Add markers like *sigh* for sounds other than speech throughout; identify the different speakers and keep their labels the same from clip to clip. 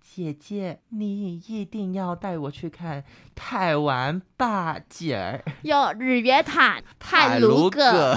Speaker 1: 姐姐，你一定要带我去看泰完坝姐儿，
Speaker 2: 哟，日月潭、泰
Speaker 1: 鲁 *laughs*
Speaker 2: 卢阁，。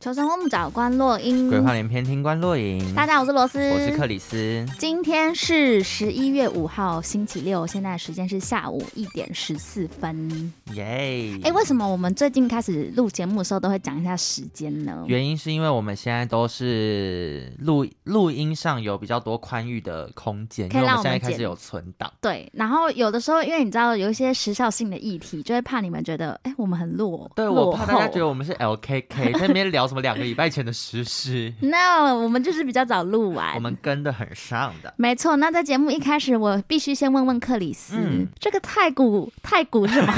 Speaker 2: 求生问不找关洛英。
Speaker 1: 鬼话连篇，听官落影。
Speaker 2: 大家嗯好，我是罗斯，
Speaker 1: 我是克里斯。
Speaker 2: 今天是十一月五号，星期六，现在时间是下午一点十四
Speaker 1: 嗯
Speaker 2: 分。
Speaker 1: 耶！
Speaker 2: 哎、为什么我们最近开始录节目的时候都会讲一下时间呢？
Speaker 1: 原因是因为我们现在都是录录音上有比较多宽裕的空间，因
Speaker 2: 可以
Speaker 1: 为我
Speaker 2: 让
Speaker 1: 们现
Speaker 2: 我
Speaker 1: 在
Speaker 2: 们
Speaker 1: 开始
Speaker 2: 剪
Speaker 1: 有存档。
Speaker 2: 对，然后有的时候，因为你知道有一些时效性的议题，就会怕你们觉得，哎、我们很落
Speaker 1: 对，
Speaker 2: 落
Speaker 1: 我怕大家
Speaker 2: 后
Speaker 1: 觉得我们是 LKK，在那边聊什么两个礼拜前的时
Speaker 2: *laughs*
Speaker 1: 事，
Speaker 2: No，我们就是比较早录完。
Speaker 1: 我们跟的很上的。
Speaker 2: 没错，那在节目一开始，我必须先问问克里斯，
Speaker 1: 嗯
Speaker 2: 这个太古太古是什么？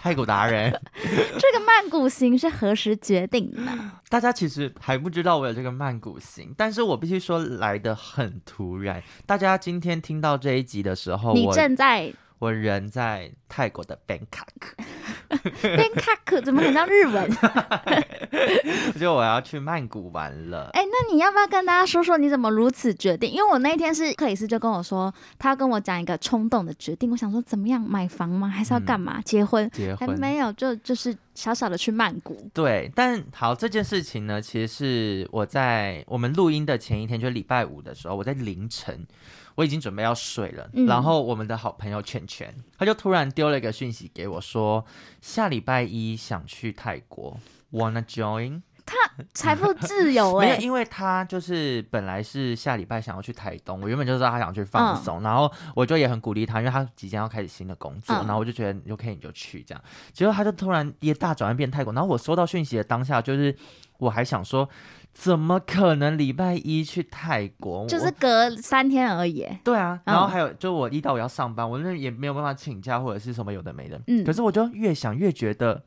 Speaker 1: 太古达人，
Speaker 2: 这个曼谷行是何时决定的？
Speaker 1: 大家其实还不知道我有这个曼谷行，但是我必须说来的很突然。大家今天听到这一集的时候，
Speaker 2: 你
Speaker 1: 哦我 *laughs*
Speaker 2: 正在
Speaker 1: 我人在泰国的
Speaker 2: *laughs*
Speaker 1: Bangkok，
Speaker 2: Bangkok，怎么很像日
Speaker 1: *laughs*
Speaker 2: 文？
Speaker 1: 我觉得我要去曼谷玩了。
Speaker 2: 哎，那你要不要跟大家说说你怎么如此决定？因为我那一天是克里斯就跟我说，他要跟我讲一个冲动的决定。我想说，怎么样买房吗？还是要干嘛？结婚？
Speaker 1: 嗯结
Speaker 2: 还
Speaker 1: 婚
Speaker 2: 没有，就就是小小的去曼谷。
Speaker 1: 对，但好这件事情呢，其实是我在我们录音的前一天，就是礼拜五的时候，我在凌晨，我已经准备要睡了，
Speaker 2: 嗯
Speaker 1: 然后我们的好朋友圈圈，他就突然丢了一个讯息给我说，下礼拜一想去泰国，wanna join？
Speaker 2: 财富自
Speaker 1: *laughs*
Speaker 2: 由
Speaker 1: 没
Speaker 2: 哎、
Speaker 1: 有，因为他就是本来是下礼拜想要去台东，我原本就知道他想去
Speaker 2: 嗯
Speaker 1: 放松，然后我就也很鼓励他，因为他即将要开始新的工作，
Speaker 2: 嗯
Speaker 1: 然后我就觉得你 OK 你就去这样，结果他就突然一大转弯变泰国，然后我收到讯息的当下就是我还想说，怎么可能礼拜一去泰国？
Speaker 2: 就是
Speaker 1: 我
Speaker 2: 隔三天而已、哎
Speaker 1: 对啊，
Speaker 2: 嗯
Speaker 1: 然后还有，就我一到我要上班，我那也没有办法请假或者是什么有的没的。
Speaker 2: 嗯
Speaker 1: 可是我就越想越觉得，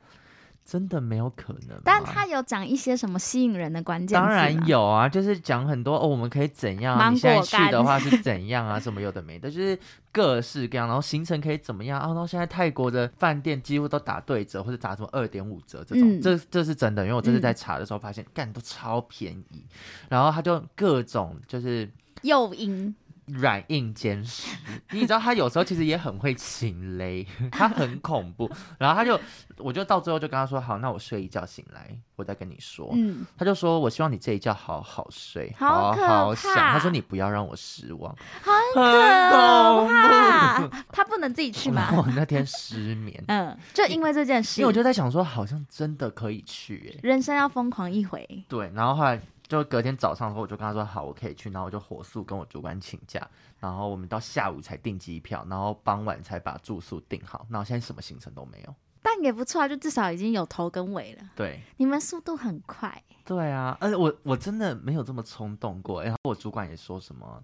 Speaker 1: 真的没有可能吗。
Speaker 2: 但他有讲一些什么吸引人的关键字吗
Speaker 1: 当然有啊，就是讲很多哦，我们可以怎样、啊？
Speaker 2: 芒
Speaker 1: 你现在
Speaker 2: 果
Speaker 1: 去的
Speaker 2: 干 *laughs*
Speaker 1: 话是怎样啊？什么有的没的，就是各式各样，然后行程可以怎么样啊？然后现在泰国的饭店几乎都打对折或者打什么二点五折这种，
Speaker 2: 嗯
Speaker 1: 这这是真的，因为我这次在查的时候发现，干、都超便宜，然后他就各种就是。
Speaker 2: 诱因，
Speaker 1: 软硬兼施，你知道他有时候其实也很会情勒，他很恐怖。然后他就，我就到最后就跟他说：“好，那我睡一觉醒来，我再跟你说。”
Speaker 2: 嗯，
Speaker 1: 他就说：“我希望你这一觉好好睡，
Speaker 2: 好
Speaker 1: 好
Speaker 2: 可
Speaker 1: 好想。”
Speaker 2: 怕
Speaker 1: 他说：“你不要让我失望。
Speaker 2: 很
Speaker 1: 很
Speaker 2: 可
Speaker 1: 恐
Speaker 2: 怕。他不能自己去”
Speaker 1: *laughs* 然 *laughs*
Speaker 2: 吗？，
Speaker 1: 后我那天失眠
Speaker 2: *laughs* 嗯，就因为这件事，
Speaker 1: 因为我就在想说，好像真的可以去哎、
Speaker 2: 人生要疯狂一回。
Speaker 1: 对，然后后来就隔天早上的时候，我就跟他说：“好，我可以去。”然后我就火速跟我主管请假，然后我们到下午才订机票，然后傍晚才把住宿订好。然后现在什么行程都没有。
Speaker 2: 但也不错啊，就至少已经有头跟尾了。
Speaker 1: 对，
Speaker 2: 你们速度很快，
Speaker 1: 对啊，而且我我真的没有这么冲动过。然后我主管也说什么，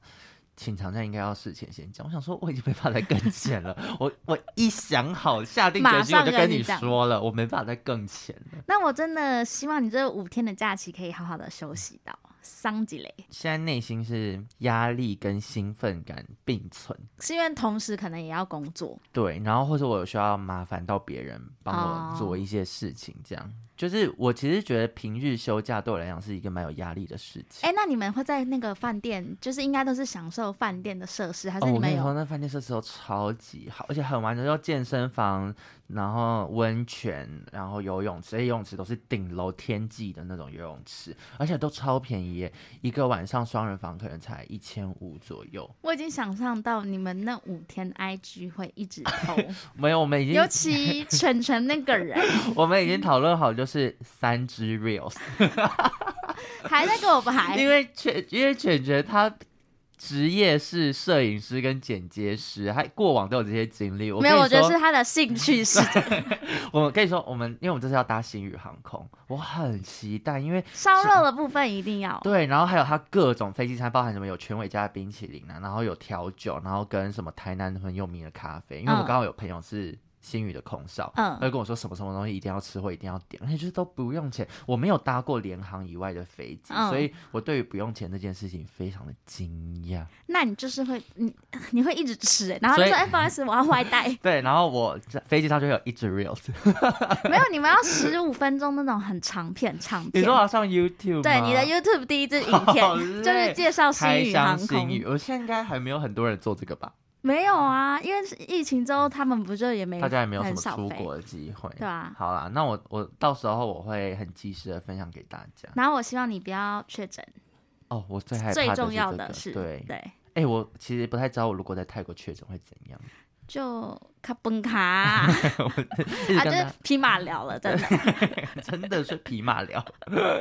Speaker 1: 请长假应该要事前先讲。我想说我已经没办法再更前了，我我一想好下定决心
Speaker 2: 马
Speaker 1: 我
Speaker 2: 上
Speaker 1: 就跟
Speaker 2: 跟
Speaker 1: 你
Speaker 2: 你讲
Speaker 1: 说了，我没办法再更前了。
Speaker 2: 那我真的希望你这五天的假期可以好好的休息到桑吉雷，
Speaker 1: 现在内心是压力跟兴奋感并存，
Speaker 2: 是因为同时可能也要工作，
Speaker 1: 对，然后或者我有需要麻烦到别人帮
Speaker 2: 哦
Speaker 1: 我做一些事情，这样、就是我其实觉得平日休假对我来讲是一个蛮有压力的事情。
Speaker 2: 哎、那你们会在那个饭店，就是应该都是享受饭店的设施，还是
Speaker 1: 哦，
Speaker 2: 你
Speaker 1: 我跟
Speaker 2: 们
Speaker 1: 你
Speaker 2: 有？
Speaker 1: 说，那饭店设施都超级好，而且很完整，有健身房，然后温泉，然后游泳池，而且游泳池都是顶楼天际的那种游泳池，而且都超便宜耶，一个晚上双人房可能才一千五左右。
Speaker 2: 我已经想象到你们那五天 IG 会一直
Speaker 1: *laughs*
Speaker 2: 投，
Speaker 1: 没有，我们已经
Speaker 2: 尤其晨晨那个
Speaker 1: *laughs*
Speaker 2: 人
Speaker 1: 我们已经讨论好，就是三支 reels，
Speaker 2: 还在给我排，
Speaker 1: 因为犬因为犬犬他。职业是摄影师跟剪接师，还过往都有这些经历。我
Speaker 2: 没
Speaker 1: 跟你
Speaker 2: 有，我觉得
Speaker 1: 说
Speaker 2: 是他的兴
Speaker 1: *laughs*
Speaker 2: 趣是
Speaker 1: 我跟你说，我们因为我们这次要搭星宇航空，我很期待，因为
Speaker 2: 烧肉的部分一定要。
Speaker 1: 对，然后还有它各种飞机餐，包含什么有全伟家的冰淇淋啊，然后有调酒，然后跟什么台南很有名的咖啡，因为我
Speaker 2: 嗯
Speaker 1: 刚好有朋友是。新宇的空少，
Speaker 2: 嗯
Speaker 1: 他就跟我说什么什么东西一定要吃或一定要点，而且就是都不用钱。我没有搭过联航以外的飞机，
Speaker 2: 嗯
Speaker 1: 所以我对于不用钱这件事情非常的惊讶。
Speaker 2: 那你就是会，你 *laughs* 你会一直吃、欸，然后
Speaker 1: 所
Speaker 2: 就
Speaker 1: 以
Speaker 2: 说，哎、不好意思，我要外带。 *laughs*
Speaker 1: 对，然后我在飞机上就会有一直 reels， *laughs*
Speaker 2: 没有，你们要十五分钟那种很长片，长
Speaker 1: 你
Speaker 2: 片
Speaker 1: 说。我要上 YouTube
Speaker 2: 对，
Speaker 1: 吗
Speaker 2: 你的 YouTube 第一支影
Speaker 1: 好
Speaker 2: 片
Speaker 1: 累
Speaker 2: 就是介绍星
Speaker 1: 开
Speaker 2: 宇
Speaker 1: 箱
Speaker 2: 航
Speaker 1: 新
Speaker 2: 空
Speaker 1: 宇，。我现在应该还没有很多人做这个吧？
Speaker 2: 没有啊，因为是疫情之后他们不就也没
Speaker 1: 大家也没有什
Speaker 2: 哎很
Speaker 1: 么
Speaker 2: 少
Speaker 1: 出
Speaker 2: 飞
Speaker 1: 国的机会，
Speaker 2: 对啊
Speaker 1: 好啦，那我我到时候我会很及时的分享给大家。
Speaker 2: 然后我希望你不要确诊，
Speaker 1: 哦，我最害怕
Speaker 2: 最
Speaker 1: 的
Speaker 2: 重
Speaker 1: 是
Speaker 2: 要
Speaker 1: 这
Speaker 2: 的
Speaker 1: 个
Speaker 2: 是
Speaker 1: 对，哎、我其实不太知道我如果在泰国确诊会怎样，
Speaker 2: 就卡崩卡啊，
Speaker 1: *laughs* 一直跟他、
Speaker 2: 就是匹马聊了，真
Speaker 1: *laughs*
Speaker 2: 的。 *laughs*
Speaker 1: 真的是匹马聊，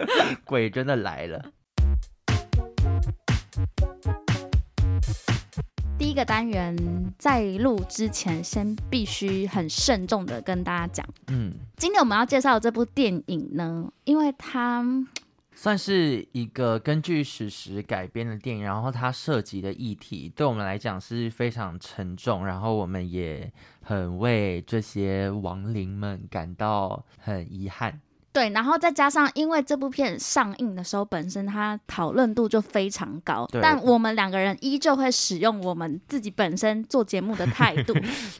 Speaker 1: *laughs* 鬼真的来了。
Speaker 2: 第一个单元在录之前，先必须很慎重的跟大家讲，
Speaker 1: 嗯，
Speaker 2: 今天我们要介绍的这部电影呢，因为它
Speaker 1: 算是一个根据史实改编的电影，然后它涉及的议题对我们来讲是非常沉重，然后我们也很为这些亡灵们感到很遗憾。
Speaker 2: 对，然后再加上，因为这部片上映的时候，本身它讨论度就非常高，
Speaker 1: 对
Speaker 2: 但我们两个人依旧会使用我们自己本身做节目的态
Speaker 1: *laughs*
Speaker 2: 度，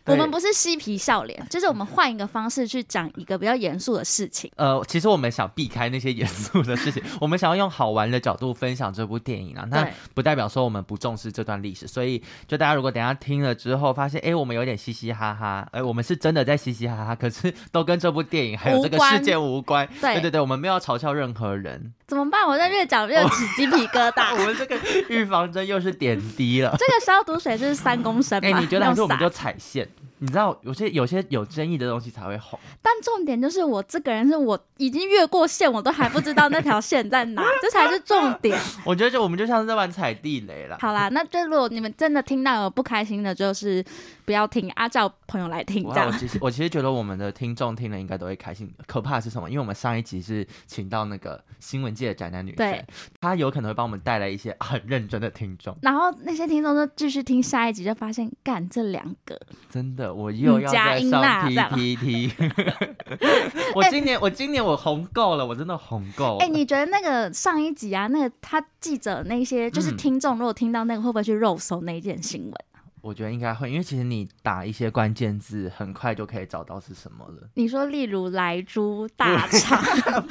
Speaker 2: 我们不是嬉皮笑脸，就是我们换一个方式去讲一个比较严肃的事情。
Speaker 1: 呃，其实我们想避开那些严肃的
Speaker 2: *laughs*
Speaker 1: 事情，我们想要用好玩的角度分享这部电影啊。那
Speaker 2: 对
Speaker 1: 不代表说我们不重视这段历史，所以就大家如果等一下听了之后发现，哎、我们有点嘻嘻哈哈，哎、我们是真的在嘻嘻哈哈，可是都跟这部电影还有这个
Speaker 2: 无关
Speaker 1: 世界无关。
Speaker 2: 对
Speaker 1: 对对对，我们没有要嘲笑任何人，
Speaker 2: 怎么办？我在越讲越起鸡皮疙瘩。。
Speaker 1: *laughs* 我们这个预防针又是点滴了
Speaker 2: *laughs* 这个消毒水就是三公升吧？
Speaker 1: 哎、你觉得还是我们就
Speaker 2: 用洒
Speaker 1: 踩线？你知道，有些有些有争议的东西才会红。
Speaker 2: 但重点就是我这个人是我已经越过线，我都还不知道那条线在哪，这才是重点。
Speaker 1: 我觉得就我们就像是在玩踩地雷了。
Speaker 2: 好啦，那就如果你们真的听到有不开心的，就是不要听，啊，叫朋友来听这
Speaker 1: 哇，我哦
Speaker 2: 样。
Speaker 1: 其实 *laughs* 我其实觉得我们的听众听了应该都会开心。可怕的是什么？因为我们上一集是请到那个新闻界的宅男女
Speaker 2: 对
Speaker 1: 神，她有可能会帮我们带来一些很认真的听众。
Speaker 2: 然后那些听众就继续听下一集，就发现干这两个，
Speaker 1: 真的，我又要再
Speaker 2: 嗯加
Speaker 1: 上
Speaker 2: 音呐 *laughs*
Speaker 1: PPT。我今年我今年我红够了，我真的红够了。
Speaker 2: 哎、你觉得那个上一集啊，那个他记者那些就是
Speaker 1: 嗯
Speaker 2: 听众，如果听到那个，会不会去肉搜那一件新闻？
Speaker 1: 我觉得应该会，因为其实你打一些关键字，很快就可以找到是什么了。
Speaker 2: 你说，例如莱猪
Speaker 1: *laughs*
Speaker 2: 大厂，
Speaker 1: 啊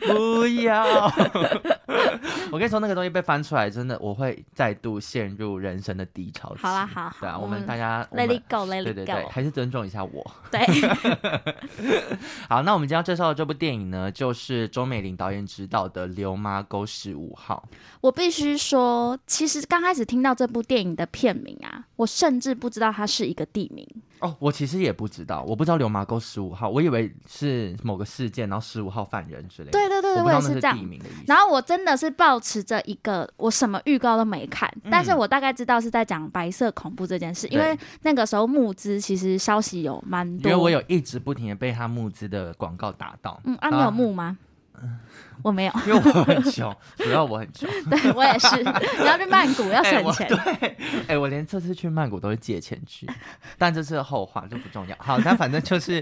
Speaker 1: 不要！ *laughs* 我跟你说，那个东西被翻出来，真的我会再度陷入人生的低潮期。
Speaker 2: 好啦好好
Speaker 1: 对啊，我
Speaker 2: 我
Speaker 1: 们
Speaker 2: 们
Speaker 1: 大家我
Speaker 2: l e
Speaker 1: 们
Speaker 2: t it go，Let
Speaker 1: 对
Speaker 2: it
Speaker 1: 对对，
Speaker 2: go，
Speaker 1: 还是尊重一下我。
Speaker 2: 对
Speaker 1: 好，那我们今天要介绍的这部电影呢，就是周美玲导演执导的《刘妈沟十五号》。
Speaker 2: 我必须说，其实刚开始听到这部电影的片名啊，我甚至不知道它是一个地名。
Speaker 1: 哦，我其实也不知道，我不知道刘麻沟十五号，我以为是某个事件，然后十五号犯人之类的。
Speaker 2: 对对对
Speaker 1: 我
Speaker 2: 对，
Speaker 1: 不
Speaker 2: 我
Speaker 1: 知道那
Speaker 2: 也是
Speaker 1: 是
Speaker 2: 这样
Speaker 1: 地。名的意思。
Speaker 2: 然后我真的是抱持着一个我什么预告都没看，
Speaker 1: 嗯
Speaker 2: 但是我大概知道是在讲白色恐怖这件事，因为那个时候募资其实消息有蛮
Speaker 1: 因为
Speaker 2: 多。
Speaker 1: 我有一直不停的被他募资的广告打到，
Speaker 2: 嗯啊，你有募吗？我没有， *laughs*
Speaker 1: 因为我很穷，主要我很穷。
Speaker 2: 对我
Speaker 1: *laughs*
Speaker 2: 也是。你要去曼谷要省钱，
Speaker 1: 哎、我连这次去曼谷都是借钱去，但这是后话，这不重要。好，但反正
Speaker 2: *laughs*
Speaker 1: 就是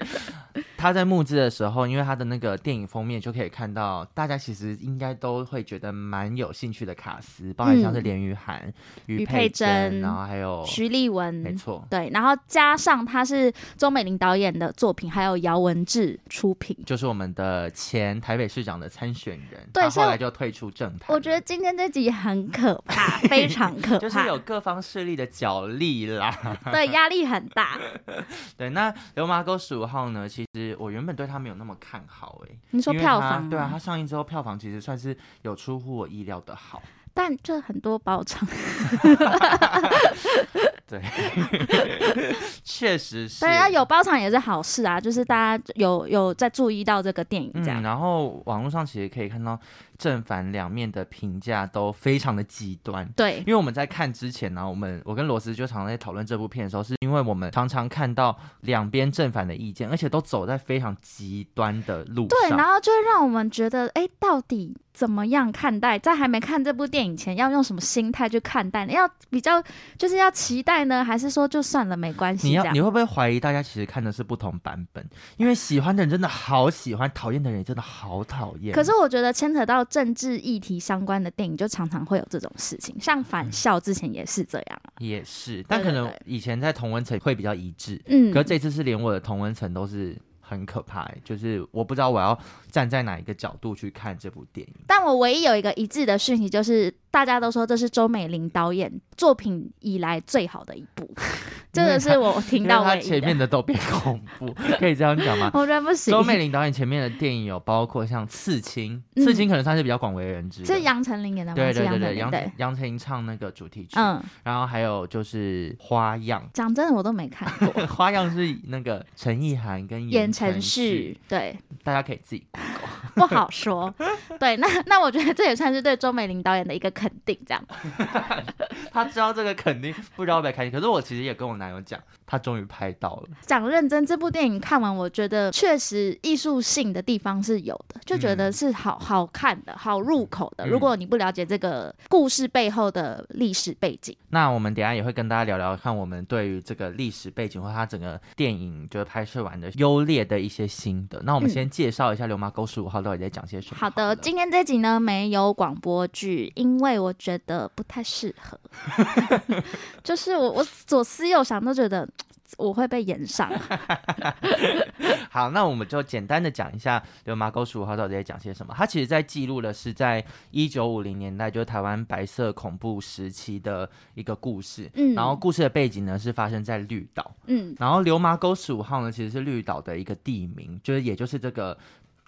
Speaker 1: 他在募资的时候，因为他的那个电影封面就可以看到，大家其实应该都会觉得蛮有兴趣的卡司，包含像是
Speaker 2: 嗯
Speaker 1: 连俞涵、
Speaker 2: 余
Speaker 1: 佩
Speaker 2: 佩
Speaker 1: 珍，
Speaker 2: 珍
Speaker 1: 然后还有
Speaker 2: 徐立
Speaker 1: 没
Speaker 2: 文。
Speaker 1: 错，
Speaker 2: 对，然后加上他是周美玲导演的作品，还有姚文志出品。
Speaker 1: 就是我们的前台北市长的参选人，
Speaker 2: 对
Speaker 1: 他
Speaker 2: 所以
Speaker 1: 后来
Speaker 2: 我
Speaker 1: 就退出政坛了。
Speaker 2: 我觉得今天这集很可
Speaker 1: *laughs*
Speaker 2: 怕，非常可
Speaker 1: 就是
Speaker 2: 怕，
Speaker 1: 有各方势力的角力啦。 *laughs*
Speaker 2: 对，压力很大。
Speaker 1: 对，那流麻沟十五号呢？其实我原本对他没有那么看好、欸，哎，
Speaker 2: 你说
Speaker 1: 因为
Speaker 2: 票
Speaker 1: 它
Speaker 2: 房
Speaker 1: 对啊，
Speaker 2: 吗
Speaker 1: 它上映之后票房其实算是有出乎我意料的好。
Speaker 2: 但这很多包场，
Speaker 1: 对，
Speaker 2: *laughs*
Speaker 1: 确实是。
Speaker 2: 当然有包场也是好事啊，就是大家有有在注意到这个电影这样。
Speaker 1: 嗯，然后网络上其实可以看到正反两面的评价都非常的极端。
Speaker 2: 对
Speaker 1: 因为我们在看之前呢，我们我跟罗斯就常常在讨论这部片的时候，是因为我们常常看到两边正反的意见，而且都走在非常极端的路
Speaker 2: 对，
Speaker 1: 上。
Speaker 2: 然后就会让我们觉得，哎，到底怎么样看待，在还没看这部电影前，要用什么心态去看待呢？要比较就是要期待呢，还是说就算了没关系？
Speaker 1: 你
Speaker 2: 这
Speaker 1: 要
Speaker 2: 样
Speaker 1: 你会不会怀疑大家其实看的是不同版本？因为喜欢的人真的好喜欢，讨厌的人也真的好讨厌。
Speaker 2: 可是我觉得牵扯到政治议题相关的电影，就常常会有这种事情，像《返校》之前也是这样啊。
Speaker 1: 也是，但
Speaker 2: 对
Speaker 1: 可
Speaker 2: 对
Speaker 1: 能
Speaker 2: 对
Speaker 1: 以前在同温层会比较一致，
Speaker 2: 嗯
Speaker 1: 可是这次是连我的同温层都是很可怕、欸，就是我不知道我要站在哪一个角度去看这部电影。
Speaker 2: 但我唯一有一个一致的讯息，就是大家都说这是周美玲导演作品以来最好的一
Speaker 1: *laughs*
Speaker 2: 部，这个是我听
Speaker 1: 因
Speaker 2: 到
Speaker 1: 为它
Speaker 2: 唯一
Speaker 1: 前面
Speaker 2: 的。
Speaker 1: 的
Speaker 2: 哦
Speaker 1: 都变恐怖， *laughs* 可以这样讲吗？
Speaker 2: 我觉得不行
Speaker 1: 周，美玲导演前面的电影有包括像《刺青》，
Speaker 2: 嗯
Speaker 1: 《刺青》可能算是比较广为人知的。
Speaker 2: 是杨丞琳演的吗？
Speaker 1: 对
Speaker 2: 是
Speaker 1: 对对对，
Speaker 2: 丞琳
Speaker 1: 杨
Speaker 2: 对，
Speaker 1: 杨丞琳唱那个主题曲，
Speaker 2: 嗯，
Speaker 1: 然后还有就是《花样 *laughs*
Speaker 2: 讲真的我都没看过。》，
Speaker 1: 《花样》是那个陈意涵跟
Speaker 2: 言
Speaker 1: 言
Speaker 2: 承
Speaker 1: 承
Speaker 2: 旭，对，
Speaker 1: 大家可以自己
Speaker 2: 不好说。对，那 *laughs* 那我觉得这也算是对周美玲导演的一个肯定，这样。
Speaker 1: 他知道这个肯定不知道会不会开心，可是我其实也跟我男友讲，他终于拍到了，
Speaker 2: 讲认真，这部电影看完，我觉得确实艺术性的地方是有的，就觉得是好好看的、好入口的。
Speaker 1: 嗯
Speaker 2: 如果你不了解这个故事背后的历史背景，
Speaker 1: 那我们等一下也会跟大家聊聊，看我们对于这个历史背景或他整个电影就是拍摄完的优劣的一些心得。那我们
Speaker 2: 嗯
Speaker 1: 先介绍一下《流氓沟十五号》到底在讲些什么
Speaker 2: 好
Speaker 1: 了
Speaker 2: 的，今天这集呢没有广播剧，因为我觉得不太适
Speaker 1: *laughs*
Speaker 2: 合。就是我我左思右想都觉得我会被延上，啊
Speaker 1: 好，那我们就简单的讲一下《流麻沟十五号》到底在讲些什么。它其实在记录的是在一九五零年代，就是台湾白色恐怖时期的一个故事。
Speaker 2: 嗯
Speaker 1: 然后故事的背景呢是发生在绿岛，
Speaker 2: 嗯，
Speaker 1: 然后流麻沟十五号呢其实是绿岛的一个地名，就是也就是这个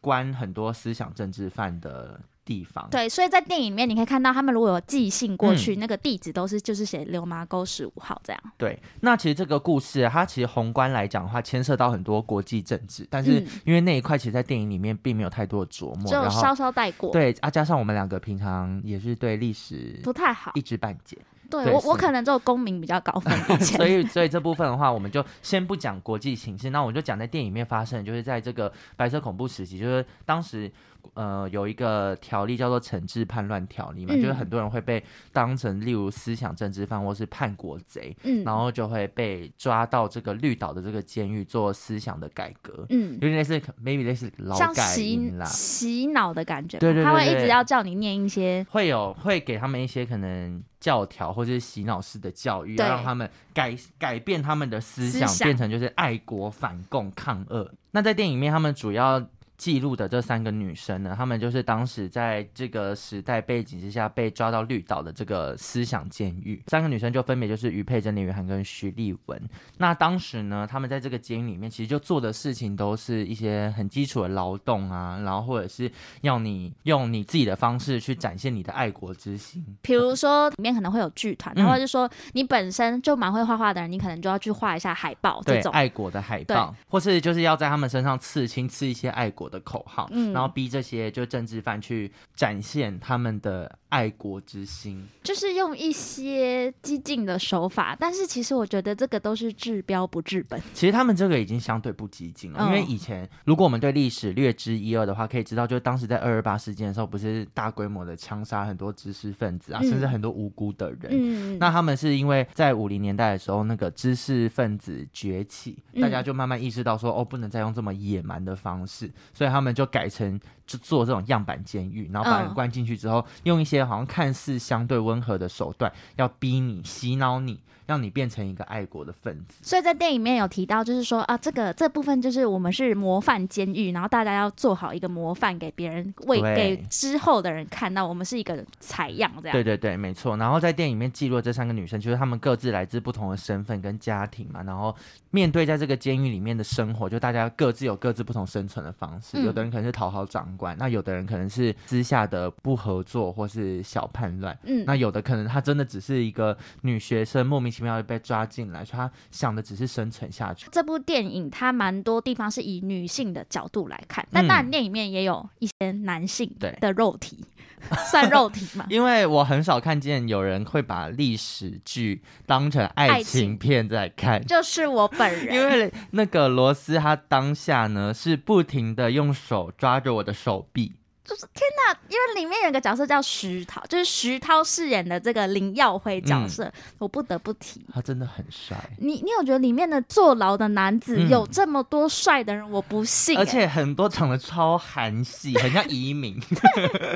Speaker 1: 关很多思想政治犯的地方。
Speaker 2: 对，所以在电影里面你可以看到，他们如果有寄信
Speaker 1: 嗯
Speaker 2: 过去，那个地址都是就是写流麻沟十五号这样。
Speaker 1: 对，那其实这个故事啊、它其实宏观来讲的话，牵涉到很多国际政治，但是
Speaker 2: 嗯
Speaker 1: 因为那一块其实，在电影里面并没有太多的琢磨，
Speaker 2: 就
Speaker 1: 然后
Speaker 2: 稍稍带过，
Speaker 1: 对啊，加上我们两个平常也是对历史
Speaker 2: 不太好。
Speaker 1: 一知半解，
Speaker 2: 对
Speaker 1: 对
Speaker 2: 我，
Speaker 1: 所
Speaker 2: 我
Speaker 1: 以
Speaker 2: 可能只有公民比较高分以前。
Speaker 1: *laughs* 所以所以这部分的话，我们就先不讲国际形势，那我就讲在电影里面发生的，就是在这个白色恐怖时期，就是当时呃有一个条例叫做《惩治叛乱条例》嘛，
Speaker 2: 嗯
Speaker 1: 就是很多人会被当成例如思想政治犯或是叛国贼，
Speaker 2: 嗯
Speaker 1: 然后就会被抓到这个绿岛的这个监狱做思想的改革，
Speaker 2: 嗯，
Speaker 1: 有点类似 maybe 类似劳
Speaker 2: 像
Speaker 1: 改
Speaker 2: 洗
Speaker 1: 营啦，
Speaker 2: 洗脑的感觉吧，
Speaker 1: 对对对
Speaker 2: 他会一
Speaker 1: 对
Speaker 2: 直要叫你念一些，
Speaker 1: 会有会给他们一些可能教条或者是洗脑式的教育，
Speaker 2: 对
Speaker 1: 要让他们改改变他们的思想，
Speaker 2: 思想
Speaker 1: 变成就是爱国、反共、抗俄。那在电影里面，他们主要记录的这三个女生呢，她们就是当时在这个时代背景之下被抓到绿岛的这个思想监狱。三个女生就分别就是于佩珍、林雨涵跟徐丽文。那当时呢，他们在这个监狱里面，其实就做的事情都是一些很基础的劳动啊，然后或者是要你用你自己的方式去展现你的爱国之心。
Speaker 2: 比如说里面可能会有剧团，然
Speaker 1: 嗯
Speaker 2: 后就说你本身就蛮会画画的人，你可能就要去画一下海报
Speaker 1: 对哎
Speaker 2: 这种。
Speaker 1: 爱国的海报，或是就是要在他们身上刺青，刺一些爱国的口号，
Speaker 2: 嗯
Speaker 1: 然后逼这些就政治犯去展现他们的爱国之心。
Speaker 2: 就是用一些激进的手法，但是其实我觉得这个都是治标不治本。
Speaker 1: 其实他们这个已经相对不激进了，
Speaker 2: 嗯
Speaker 1: 因为以前如果我们对历史略知一二的话，可以知道，就是当时在二二八事件的时候，不是大规模的枪杀很多知识分子啊，
Speaker 2: 嗯
Speaker 1: 甚至很多无辜的人。
Speaker 2: 嗯，
Speaker 1: 那他们是因为在五零年代的时候，那个知识分子崛起，
Speaker 2: 嗯
Speaker 1: 大家就慢慢意识到说，哦，不能再用这么野蛮的方式，所以他们就改成就做这种样板监狱，然后把人
Speaker 2: 嗯
Speaker 1: 关进去之后，用一些好像看似相对温和的手段，要逼你、洗脑你，让你变成一个爱国的分子。
Speaker 2: 所以在电影里面有提到，就是说啊，这个这部分就是我们是模范监狱，然后大家要做好一个模范给别人为
Speaker 1: 对
Speaker 2: 给之后的人看到，我们是一个采样这样。
Speaker 1: 对对对，没错。然后在电影里面记录的这三个女生，就是她们各自来自不同的身份跟家庭嘛，然后面对在这个监狱里面的生活，就大家各自有各自不同生存的方式。
Speaker 2: 嗯
Speaker 1: 有的人可能是讨好长官，那有的人可能是私下的不合作或是小叛乱。
Speaker 2: 嗯，
Speaker 1: 那有的可能她真的只是一个女学生，莫名其妙就被抓进来，所以她想的只是生存下去。
Speaker 2: 这部电影它蛮多地方是以女性的角度来看，但
Speaker 1: 嗯
Speaker 2: 当然电影里面也有一些男性
Speaker 1: 对？
Speaker 2: 的肉体， *laughs* 算肉体嘛
Speaker 1: *laughs* 因为我很少看见有人会把历史剧当成
Speaker 2: 爱
Speaker 1: 爱
Speaker 2: 情
Speaker 1: 情片在看，
Speaker 2: 就是我本
Speaker 1: 因
Speaker 2: 人，
Speaker 1: 为那个罗斯他当下呢是不停的用手抓着我的手臂，
Speaker 2: 就是天哪！因为里面有一个角色叫徐涛，就是徐涛饰演的这个林耀辉角
Speaker 1: 嗯
Speaker 2: 色，我不得不提。
Speaker 1: 他真的很帅，
Speaker 2: 你你有觉得里面的坐牢的男子
Speaker 1: 嗯
Speaker 2: 有这么多帅的人？我不信、欸，
Speaker 1: 而且很多长得超韩系，很像移 *laughs* 民，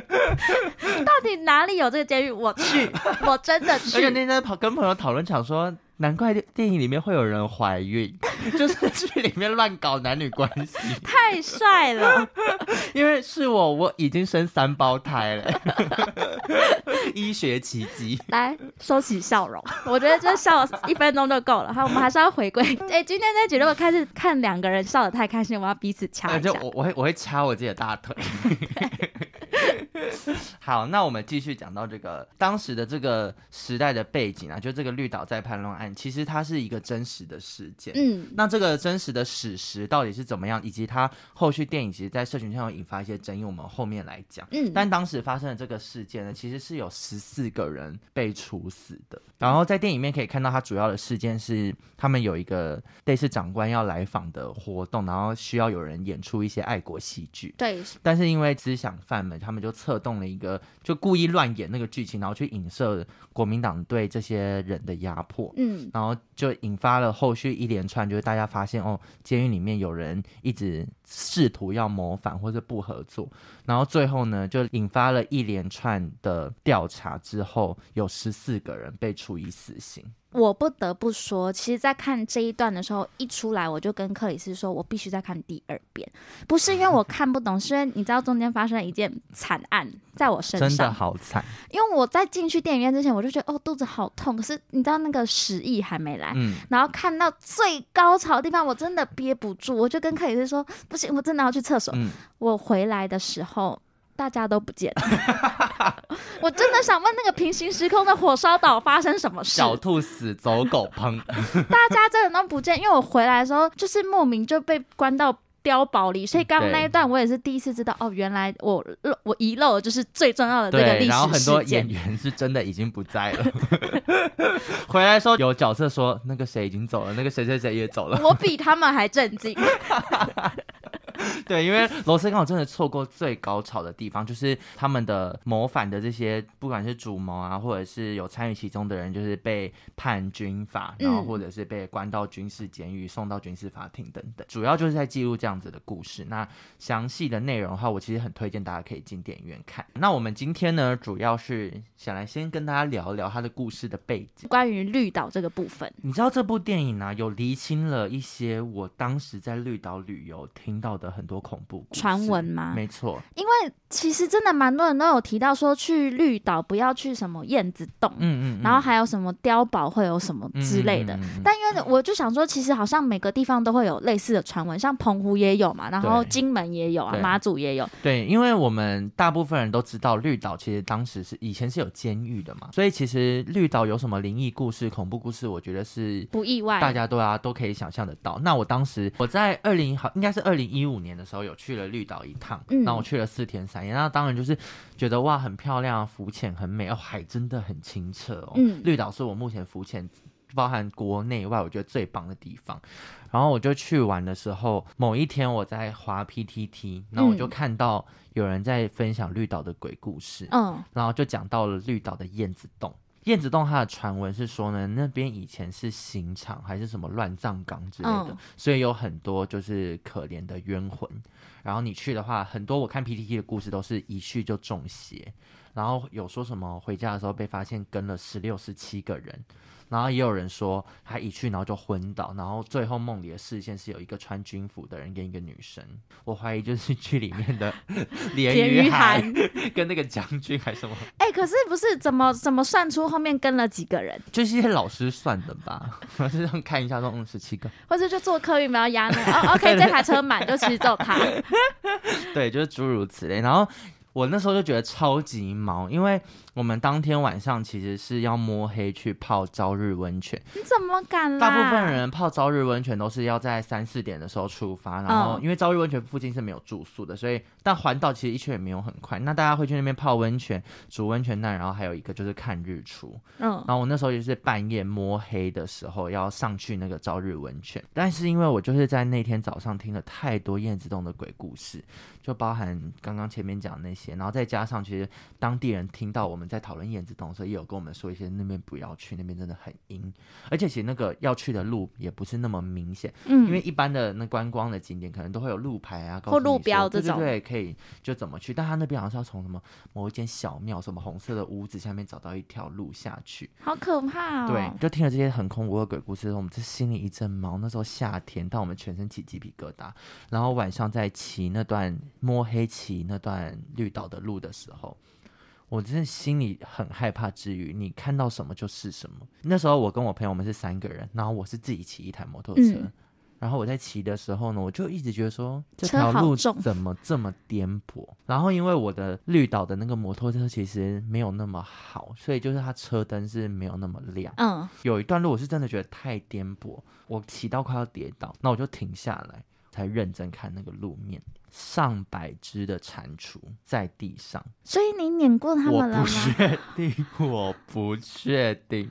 Speaker 2: 到底哪里有这个监狱？我
Speaker 1: *laughs*
Speaker 2: 去，我真的
Speaker 1: 而且
Speaker 2: 去。
Speaker 1: 那天在跑跟朋友讨论，想说难怪电电影里面会有人怀孕， *laughs* 就是去里面乱搞男女关系。
Speaker 2: 太帅了！
Speaker 1: 因为是我，我已经生三胞胎了， *laughs* 医学奇迹。
Speaker 2: 来收起笑容，我觉得就笑一分钟就够了。好，我们还是要回归。哎、今天这局如果开始看两个人笑得太开心，我要彼此掐
Speaker 1: 那
Speaker 2: 一下
Speaker 1: 呃就。我我会我会掐我自己的大腿。好，那我们继续讲到这个当时的这个时代的背景啊，就这个绿岛再叛乱案，其实它是一个真实的事件。
Speaker 2: 嗯，
Speaker 1: 那这个真实的史实到底是怎么样，以及它后续电影其实，在社群上有引发一些争议，我们后面来讲。
Speaker 2: 嗯
Speaker 1: 但当时发生的这个事件呢，其实是有十四个人被处死的。然后在电影里面可以看到，它主要的事件是他们有一个类似长官要来访的活动，然后需要有人演出一些爱国戏剧。
Speaker 2: 对，
Speaker 1: 但是因为思想犯们，他们就策动了一个，就故意乱演那个剧情，然后去影射国民党对这些人的压迫。
Speaker 2: 嗯，
Speaker 1: 然后就引发了后续一连串，就是大家发现哦，监狱里面有人一直试图要谋反或者不合作，然后最后呢，就引发了一连串的调查之后，有十四个人被处以死刑。
Speaker 2: 我不得不说，其实，在看这一段的时候，一出来我就跟克里斯说，我必须再看第二遍。不是因
Speaker 1: *laughs*
Speaker 2: 为我看不懂，是因为你知道中间发生了一件惨案在我身
Speaker 1: 真的
Speaker 2: 上。
Speaker 1: 好惨，
Speaker 2: 因为我在进去电影院之前，我就觉得哦肚子好痛，可是你知道那个屎意还没来，
Speaker 1: 嗯，
Speaker 2: 然后看到最高潮的地方，我真的憋不住，我就跟克里斯说：“不行，我真的要去厕所。
Speaker 1: 嗯
Speaker 2: 我回来的时候，大家都不见了。
Speaker 1: *laughs*
Speaker 2: 我真的想问那个平行时空的火烧岛发生什么事？
Speaker 1: 小兔死，走狗
Speaker 2: *laughs*
Speaker 1: 烹，
Speaker 2: 大家真的都不见，因为我回来的时候就是莫名就被关到。碉堡里，所以刚刚那一段我也是第一次知道，哦，原来我漏我遗漏的就是最重要的这个历
Speaker 1: 对，然后
Speaker 2: 史
Speaker 1: 很多
Speaker 2: 事
Speaker 1: 演
Speaker 2: 件。
Speaker 1: 员是真的已经不在了。 *laughs* 回来的时候有角色说那个谁已经走了，那个谁谁谁也走了，
Speaker 2: 我比他们还震惊。 *laughs*
Speaker 1: 对，因为罗斯刚好真的错过最高潮的地方，就是他们的谋反的这些，不管是主谋啊，或者是有参与其中的人，就是被判军法，然后
Speaker 2: 嗯
Speaker 1: 或者是被关到军事监狱、送到军事法庭等等。主要就是在记录这样子的故事。那详细的内容的话，我其实很推荐大家可以进电影院看。那我们今天呢，主要是想来先跟大家聊聊他的故事的背景。
Speaker 2: 关于绿岛这个部分，
Speaker 1: 你知道这部电影呢、有厘清了一些我当时在绿岛旅游听到的很多恐怖故事
Speaker 2: 传闻吗
Speaker 1: 没错，
Speaker 2: 因为其实真的蛮多人都有提到说去绿岛不要去什么燕子洞，
Speaker 1: 嗯嗯，
Speaker 2: 然后还有什么碉堡会有什么
Speaker 1: 嗯
Speaker 2: 之类的。
Speaker 1: 嗯嗯嗯嗯
Speaker 2: 但因为我就想说，其实好像每个地方都会有类似的传闻，像澎湖也有嘛，然后
Speaker 1: 对
Speaker 2: 金门也有啊，
Speaker 1: 对
Speaker 2: 马祖也有，
Speaker 1: 对，因为我们大部分人都知道绿岛其实当时是以前是有监狱的嘛，所以其实绿岛有什么灵异故事、恐怖故事，我觉得是。
Speaker 2: 不意
Speaker 1: 大
Speaker 2: 外。
Speaker 1: 家对啊，都可以想象得到。那我当时我在二零好应该是二零一五年的时候有去了绿岛一趟，
Speaker 2: 嗯
Speaker 1: 那我去了四天三夜，那当然就是觉得哇很漂亮，浮潜很美哦，海真的很清澈哦。
Speaker 2: 嗯
Speaker 1: 绿岛是我目前浮潜包含国内外我觉得最棒的地方。然后我就去玩的时候，某一天我在滑 PTT，那我就
Speaker 2: 嗯
Speaker 1: 看到有人在分享绿岛的鬼故事，
Speaker 2: 嗯，
Speaker 1: 然后就讲到了绿岛的燕子洞。燕子洞它的传闻是说呢，那边以前是刑场还是什么乱葬岗之类的，
Speaker 2: 嗯
Speaker 1: 所以有很多就是可怜的冤魂。然后你去的话，很多我看 PTT 的故事都是一去就中邪，然后有说什么回家的时候被发现跟了十六、十七个人，然后也有人说他一去然后就昏倒，然后最后梦里的视线是有一个穿军服的人跟一个女生，我怀疑就是去里面的 *laughs* 鲢
Speaker 2: 田
Speaker 1: 鱼
Speaker 2: 于
Speaker 1: 海
Speaker 2: 涵，
Speaker 1: *laughs* 跟那个将军还是什么，
Speaker 2: 哎、可是不是怎么怎么算出后面跟了几个人，
Speaker 1: 就是一些老师算的吧， *laughs* 我是这样看一下说，嗯，十七个，
Speaker 2: 或者就坐客运不要压那个？
Speaker 1: *laughs*
Speaker 2: 哦，OK，这台车满就其实只有他。
Speaker 1: 对，就是诸如此类。然后我那时候就觉得超级毛，因为我们当天晚上其实是要摸黑去泡朝日温泉，
Speaker 2: 你怎么敢啦？
Speaker 1: 大部分人泡朝日温泉都是要在三四点的时候出发，然后
Speaker 2: 嗯
Speaker 1: 因为朝日温泉附近是没有住宿的，所以但环岛其实一圈也没有很快。那大家会去那边泡温泉、煮温泉蛋，然后还有一个就是看日出。
Speaker 2: 嗯，
Speaker 1: 然后我那时候也是半夜摸黑的时候要上去那个朝日温泉，但是因为我就是在那天早上听了太多燕子洞的鬼故事，就包含刚刚前面讲那些，然后再加上其实当地人听到我们在讨论燕子洞的时候，也有跟我们说一些那边不要去，那边真的很阴，而且其实那个要去的路也不是那么明显，因为
Speaker 2: 嗯，
Speaker 1: 一般的那观光的景点可能都会有路牌啊，告
Speaker 2: 或
Speaker 1: 诉
Speaker 2: 路
Speaker 1: 你说
Speaker 2: 标
Speaker 1: 对
Speaker 2: 这种
Speaker 1: 对对，可以就怎么去。但他那边好像是要从什么某一间小庙、什么红色的屋子下面找到一条路下去。
Speaker 2: 好可怕哦。
Speaker 1: 对，，就听了这些很空无的鬼故事之后，我们这心里一阵毛。那时候夏天，但我们全身起鸡皮疙瘩。然后晚上在骑那段摸黑骑那段绿岛的路的时候，我真的心里很害怕之余，你看到什么就是什么。那时候我跟我朋友我们是三个人，然后我是自己骑一台摩托车。
Speaker 2: 嗯
Speaker 1: 然后我在骑的时候呢，我就一直觉得说这
Speaker 2: 车
Speaker 1: 条
Speaker 2: 好
Speaker 1: 路
Speaker 2: 重
Speaker 1: 怎么这么颠簸？然后因为我的绿岛的那个摩托车其实没有那么好，所以就是它车灯是没有那么亮。
Speaker 2: 嗯，
Speaker 1: 有一段路我是真的觉得太颠簸，我骑到快要跌倒，那我就停下来，才认真看那个路面，上百只的蟾蜍在地上，
Speaker 2: 所以你撵过他
Speaker 1: 我
Speaker 2: 们了
Speaker 1: 不
Speaker 2: 吗？
Speaker 1: 确定，我不确定。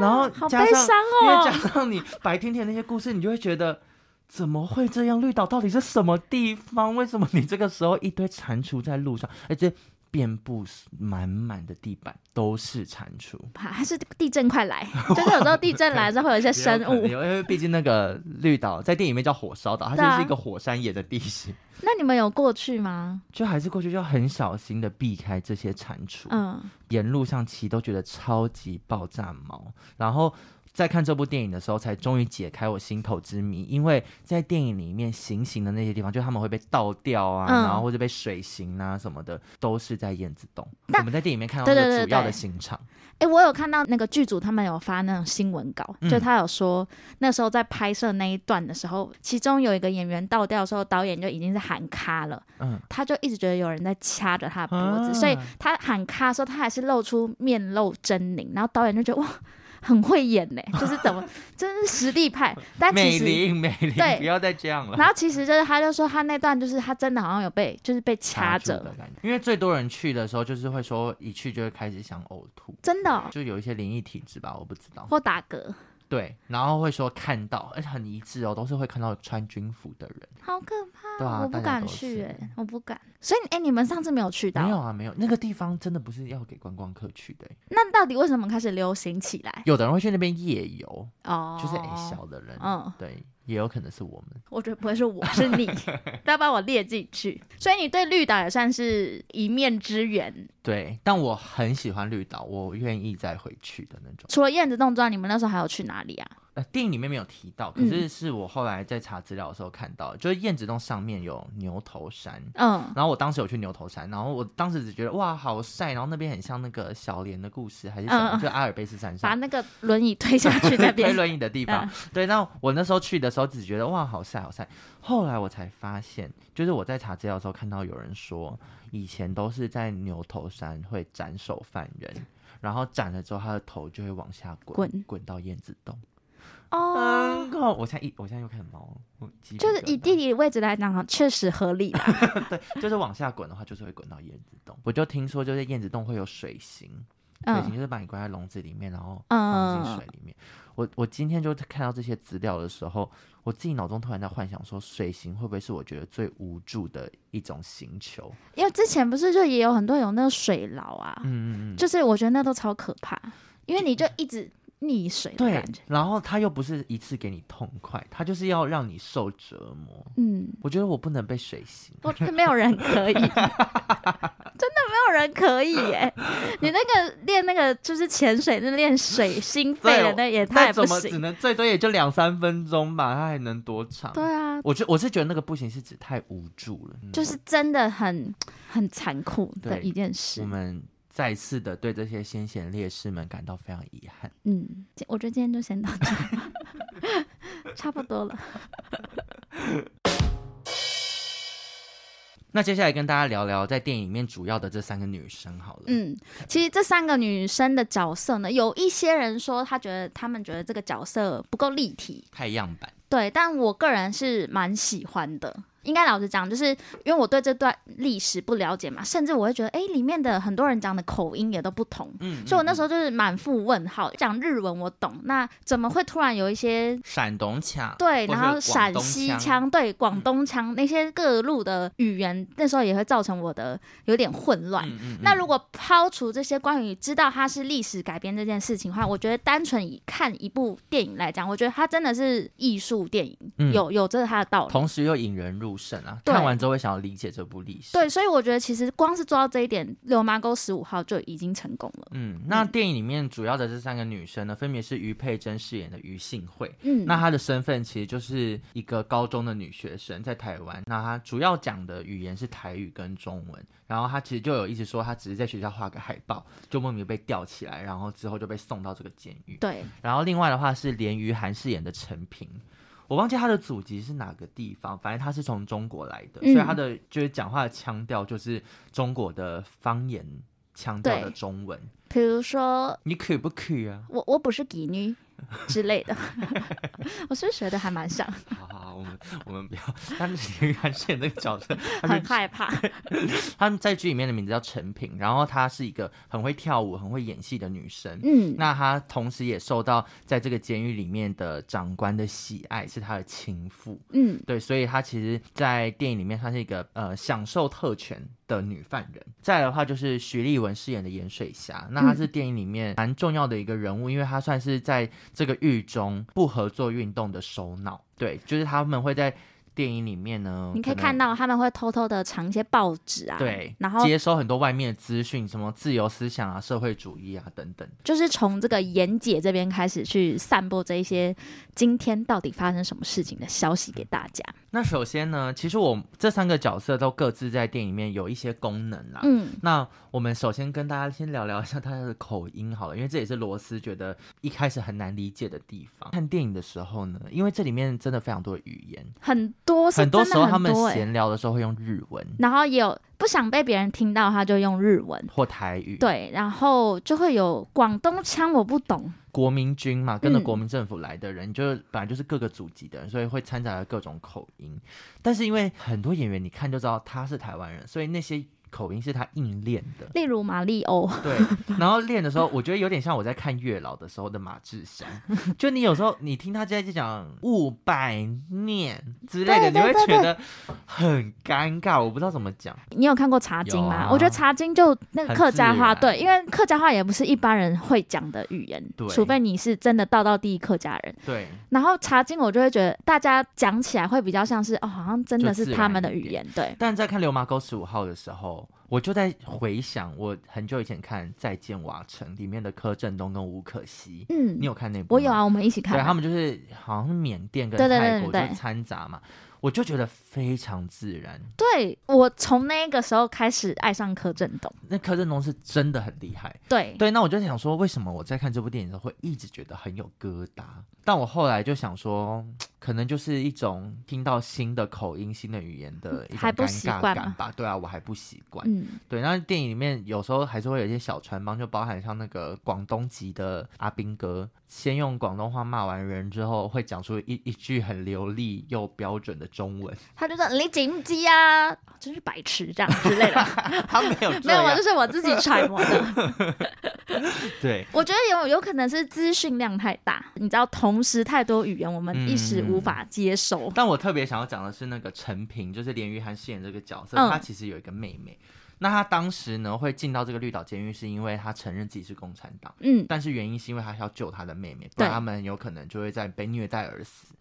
Speaker 1: 然后
Speaker 2: 啊好
Speaker 1: 加
Speaker 2: 悲
Speaker 1: 上，
Speaker 2: 伤
Speaker 1: 因为加
Speaker 2: 哦。
Speaker 1: 上你白天听的那些故事，你就会觉得。怎么会这样？绿岛到底是什么地方？为什么你这个时候一堆蟾蜍在路上，而且遍布满满的地板都是蟾蜍？
Speaker 2: 还是地震快
Speaker 1: *laughs*
Speaker 2: 来，就是有时候地震来之后会有一些生
Speaker 1: 也有可能
Speaker 2: 物。
Speaker 1: 有哎因为毕竟那个绿岛在电影里面叫火烧岛，它
Speaker 2: 对啊
Speaker 1: 就是一个火山岩的地
Speaker 2: *laughs*
Speaker 1: 形，
Speaker 2: 那你们有过去吗？
Speaker 1: 就还是过去就要很小心的避开这些蟾蜍。
Speaker 2: 嗯，
Speaker 1: 沿路上骑都觉得超级爆炸毛，然后。在看这部电影的时候，才终于解开我心头之谜。因为在电影里面行刑的那些地方，就他们会被倒吊啊，
Speaker 2: 嗯
Speaker 1: 然后或者被水刑啊什么的，都是在燕子洞。
Speaker 2: 但
Speaker 1: 我们在电影里面看到
Speaker 2: 对
Speaker 1: 那
Speaker 2: 对
Speaker 1: 个
Speaker 2: 对
Speaker 1: 主要
Speaker 2: 对
Speaker 1: 的刑场，
Speaker 2: 哎、我有看到那个剧组他们有发那种新闻稿，
Speaker 1: 嗯
Speaker 2: 就他有说那时候在拍摄那一段的时候，其中有一个演员倒掉的时候，导演就已经是喊咔了，
Speaker 1: 嗯，
Speaker 2: 他就一直觉得有人在掐着他的脖子，
Speaker 1: 啊
Speaker 2: 所以他喊咔的时候，他还是露出面露狰狞，然后导演就觉得哇，很会演
Speaker 1: *laughs*
Speaker 2: 呢、就是怎么真是实力派，但其
Speaker 1: 美
Speaker 2: 实。
Speaker 1: 玲， *laughs* 美玲，
Speaker 2: 对
Speaker 1: 不要再这样了。
Speaker 2: 然后其实就是，他就说他那段就是他真的好像有被就是被掐
Speaker 1: 住
Speaker 2: 着，
Speaker 1: 的感觉。因为最多人去的时候，就是会说一去就会开始想呕吐，
Speaker 2: 真的哦、
Speaker 1: 就有一些灵异体质吧，我不知道。
Speaker 2: 或打嗝，
Speaker 1: 对，然后会说看到，而且很一致哦，都是会看到穿军服的人。
Speaker 2: 好可怕，
Speaker 1: 对啊，
Speaker 2: 我不
Speaker 1: 大家
Speaker 2: 敢
Speaker 1: 都
Speaker 2: 去、
Speaker 1: 是
Speaker 2: 哎，我不敢。所以哎、你们上次没有去到，
Speaker 1: 没有啊，没有，那个地方真的不是要给观光客去的欸。
Speaker 2: 那到底为什么开始流行起来？
Speaker 1: 有的人会去那边夜游，
Speaker 2: 哦，
Speaker 1: 就是哎小的人，
Speaker 2: 嗯
Speaker 1: 对，也有可能是我们。
Speaker 2: 我觉得不会是我，是
Speaker 1: *laughs*
Speaker 2: 你，不要把我列进去。所以你对绿岛也算是一面之缘。
Speaker 1: 对，但我很喜欢绿岛，我愿意再回去的那种。
Speaker 2: 除了燕子洞之外，你们那时候还有去哪里啊？
Speaker 1: 呃，电影里面没有提到，可
Speaker 2: 嗯
Speaker 1: 是是我后来在查资料的时候看到，就是燕子洞上面有牛头山，
Speaker 2: 嗯，
Speaker 1: 然后我当时有去牛头山，然后我当时只觉得哇好晒，然后那边很像那个小莲的故事还是什么，
Speaker 2: 嗯嗯
Speaker 1: 就阿尔卑斯山
Speaker 2: 把
Speaker 1: 上。
Speaker 2: 那个轮椅推下去那
Speaker 1: *laughs* 推
Speaker 2: 边。嗯
Speaker 1: 轮椅的地方，对，那我那时候去的时候只觉得哇，好晒，好晒。后来我才发现，就是我在查资料的时候看到有人说，以前都是在牛头山会斩首犯人，然后斩了之后他的头就会往下滚，
Speaker 2: 滚
Speaker 1: 滚到燕子洞。
Speaker 2: 哦，
Speaker 1: 嗯，靠我现在一我现在又开始毛了，我鸡皮
Speaker 2: 就是
Speaker 1: 疙
Speaker 2: 以
Speaker 1: 瘩
Speaker 2: 地理位置来讲，啊确实合理
Speaker 1: *laughs*
Speaker 2: 啦。
Speaker 1: 就是往下滚的话，就是会滚到燕子洞。我就听说，就是燕子洞会有水刑，水刑
Speaker 2: 嗯
Speaker 1: 就是把你关在笼子里面，然后放进
Speaker 2: 嗯
Speaker 1: 水，里面。我我今天就看到这些资料的时候，我自己脑中突然在幻想说，水刑会不会是我觉得最无助的一种刑求？
Speaker 2: 因为之前不是就也有很多有那个水牢啊，
Speaker 1: 嗯嗯嗯，
Speaker 2: 就是我觉得那都超可怕，因为你就一直溺水的
Speaker 1: 对
Speaker 2: 感觉。。
Speaker 1: 然后他又不是一次给你痛快，他就是要让你受折磨。
Speaker 2: 嗯，
Speaker 1: 我觉得我不能被水刑。
Speaker 2: 我觉得没有人可以， *laughs* 真的没有人可以耶！你那
Speaker 1: *laughs*
Speaker 2: 个练那个就是潜水，那练水心肺的
Speaker 1: 对
Speaker 2: *laughs* 那也
Speaker 1: 那
Speaker 2: 太不
Speaker 1: 怎么只
Speaker 2: 行。
Speaker 1: 能最多也就两三分钟吧？他还能多长？
Speaker 2: 对啊，
Speaker 1: 我觉我是觉得那个不行，是指太无助了。嗯
Speaker 2: 就是真的很很残酷的
Speaker 1: 对
Speaker 2: 一件事
Speaker 1: 我。们再次的对这些先贤烈士们感到非常遗憾。
Speaker 2: 嗯，我觉得今天就先到这儿， *laughs* 差不多了。
Speaker 1: 那接下来跟大家聊聊在电影里面主要的这三个女生好了。，
Speaker 2: 嗯，其实这三个女生的角色呢，有一些人说她觉得他们觉得这个角色不够立体，
Speaker 1: 太样板。
Speaker 2: 对，但我个人是蛮喜欢的，应该老实讲，就是因为我对这段历史不了解嘛，甚至我会觉得，哎、里面的很多人讲的口音也都不同，
Speaker 1: 嗯，
Speaker 2: 所以我那
Speaker 1: 嗯
Speaker 2: 时候就是满腹问号。讲日文我懂，那怎么会突然有一些
Speaker 1: 闪东腔，
Speaker 2: 对，
Speaker 1: 或
Speaker 2: 然
Speaker 1: 是
Speaker 2: 后
Speaker 1: 广
Speaker 2: 陕
Speaker 1: 东
Speaker 2: 西
Speaker 1: 腔，嗯
Speaker 2: 腔，对，广东腔那些各路的语言，那时候也会造成我的有点混乱。
Speaker 1: 嗯嗯，
Speaker 2: 那
Speaker 1: 嗯
Speaker 2: 如果抛除这些关于知道它是历史改编这件事情的话，我觉得单纯以看一部电影来讲，我觉得它真的是艺术电影，
Speaker 1: 嗯
Speaker 2: 有有这是它的道理。
Speaker 1: 同时又引人入胜啊，
Speaker 2: 对
Speaker 1: 看完之后会想要理解这部历史。
Speaker 2: 对，所以我觉得其实光是做到这一点，《流麻沟十五号》就已经成功了。
Speaker 1: 嗯，那电影里面主要的这三个女生呢，分别是于佩珍饰演的于幸慧，
Speaker 2: 嗯，
Speaker 1: 那她的身份其实就是一个高中的女学生，在台湾。那她主要讲的语言是台语跟中文，然后她其实就有一直说，她只是在学校画个海报，就莫名被吊起来，然后之后就被送到这个监狱。
Speaker 2: 对，
Speaker 1: 然后另外的话是连于涵饰演的陈平，我忘记他的祖籍是哪个地方，反正他是从中国来的，
Speaker 2: 嗯
Speaker 1: 所以他的就是讲话的腔调就是中国的方言腔调的
Speaker 2: 对
Speaker 1: 中文。
Speaker 2: 比如说
Speaker 1: 你可不可以啊？
Speaker 2: 我我不是妓女之类
Speaker 1: *laughs*
Speaker 2: 的，我是不是学的还蛮像，
Speaker 1: 好好，好，我们我们不要。 *laughs* 但是连于涵饰演那个角色，他
Speaker 2: 很
Speaker 1: 就 *laughs*
Speaker 2: 害怕。
Speaker 1: 他们在剧里面的名字叫陈平，然后她是一个很会跳舞、很会演戏的女生。
Speaker 2: 嗯，
Speaker 1: 那她同时也受到在这个监狱里面的长官的喜爱，是她的情妇。
Speaker 2: 嗯，
Speaker 1: 对，所以她其实，在电影里面算是一个呃享受特权的女犯人。再来的话就是徐立文饰演的盐水侠，那她是
Speaker 2: 嗯
Speaker 1: 电影里面蛮重要的一个人物，因为她算是在这个狱中不合作运动的首脑。对，就是他们会在电影里面呢，
Speaker 2: 你可以
Speaker 1: 能
Speaker 2: 看到他们会偷偷的藏一些报纸啊，
Speaker 1: 对，
Speaker 2: 然后
Speaker 1: 接收很多外面的资讯，什么自由思想啊、社会主义啊等等。
Speaker 2: 就是从这个妍姐这边开始去散播这一些今天到底发生什么事情的消息给大家。
Speaker 1: 那首先呢，其实我这三个角色都各自在电影里面有一些功能啦。
Speaker 2: 嗯，
Speaker 1: 那我们首先跟大家先聊聊一下大家的口音好了，因为这也是罗斯觉得一开始很难理解的地方。看电影的时候呢，因为这里面真的非常多的语言，
Speaker 2: 很多是
Speaker 1: 很多
Speaker 2: 真
Speaker 1: 时
Speaker 2: 的
Speaker 1: 候他们
Speaker 2: 多欸
Speaker 1: 闲聊的时候会用日文
Speaker 2: 然后也有不想被别人听到，他就用日文。
Speaker 1: 或台语。，
Speaker 2: 对，然后就会有广东腔，我不懂。
Speaker 1: 国民军嘛，跟着
Speaker 2: 嗯
Speaker 1: 国民政府来的人，就是本来就是各个祖籍的人，所以会掺杂了各种口音。但是因为很多演员你看就知道他是台湾人，所以那些口音是他硬练的。
Speaker 2: 例如马里欧，
Speaker 1: 对，
Speaker 2: *laughs*
Speaker 1: 然后练的时候，我觉得有点像我在看月老的时候的马志祥，就你有时候你听他在讲五百念之类的，
Speaker 2: 对对
Speaker 1: 你会
Speaker 2: 对
Speaker 1: 觉
Speaker 2: 对
Speaker 1: 得很尴尬，我不知道怎么讲。
Speaker 2: 你有看过茶经吗？
Speaker 1: 有啊
Speaker 2: 我觉得茶经就那个
Speaker 1: 很
Speaker 2: 客家话，
Speaker 1: 自然
Speaker 2: 对，因为客家话也不是一般人会讲的语言
Speaker 1: 对，
Speaker 2: 除非你是真的道道地客家人。
Speaker 1: 对，
Speaker 2: 然后茶经我就会觉得大家讲起来会比较像是哦，好像真的
Speaker 1: 就自
Speaker 2: 是
Speaker 1: 然
Speaker 2: 他们的
Speaker 1: 一
Speaker 2: 语
Speaker 1: 点
Speaker 2: 言，对。
Speaker 1: 但在看《流麻沟十五号》的时候，我就在回想我很久以前看《再见瓦城》里面的柯震东跟吴可惜，
Speaker 2: 嗯
Speaker 1: 你，有看那部？
Speaker 2: 我有。啊，我们一起看
Speaker 1: 对
Speaker 2: 啊。
Speaker 1: 他们就是好像是缅甸跟
Speaker 2: 对对对
Speaker 1: 泰国
Speaker 2: 对
Speaker 1: 就
Speaker 2: 对
Speaker 1: 是掺杂嘛，我就觉得非常自然。
Speaker 2: 对我从那个时候开始爱上柯震东，
Speaker 1: 那柯震东是真的很厉害。
Speaker 2: 对，
Speaker 1: 对，那我就想说，为什么我在看这部电影的时候会一直觉得很有疙瘩？但我后来就想说，可能就是一种听到新的口音、新的语言的一种
Speaker 2: 嗯还不
Speaker 1: 尴
Speaker 2: 习
Speaker 1: 尬
Speaker 2: 惯
Speaker 1: 感
Speaker 2: 吗
Speaker 1: 吧。对啊，我还不习惯。
Speaker 2: 嗯，
Speaker 1: 对，那电影里面有时候还是会有一些小穿帮，就包含像那个广东籍的阿兵哥，先用广东话骂完人之后，会讲出一一句很流利又标准的中文。 *laughs*
Speaker 2: 他就说你急不急啊？真是白痴这样之类
Speaker 1: *laughs*
Speaker 2: 的。
Speaker 1: 他没有这
Speaker 2: 没有，我
Speaker 1: 样
Speaker 2: 就，是我自己揣摩的。 *laughs*
Speaker 1: 对，
Speaker 2: 我觉得有有可能是资讯量太大，你知道，同时太多语言，我们一时无法接受。
Speaker 1: 但我特别想要讲的是那个陈平，就是连于涵饰演这个角色，
Speaker 2: 嗯
Speaker 1: 她其实有一个妹妹。那她当时呢会进到这个绿岛监狱，是因为她承认自己是共产党，
Speaker 2: 嗯，
Speaker 1: 但是原因是因为她要救她的妹妹，不然
Speaker 2: 对
Speaker 1: 他们有可能就会在被虐待而死。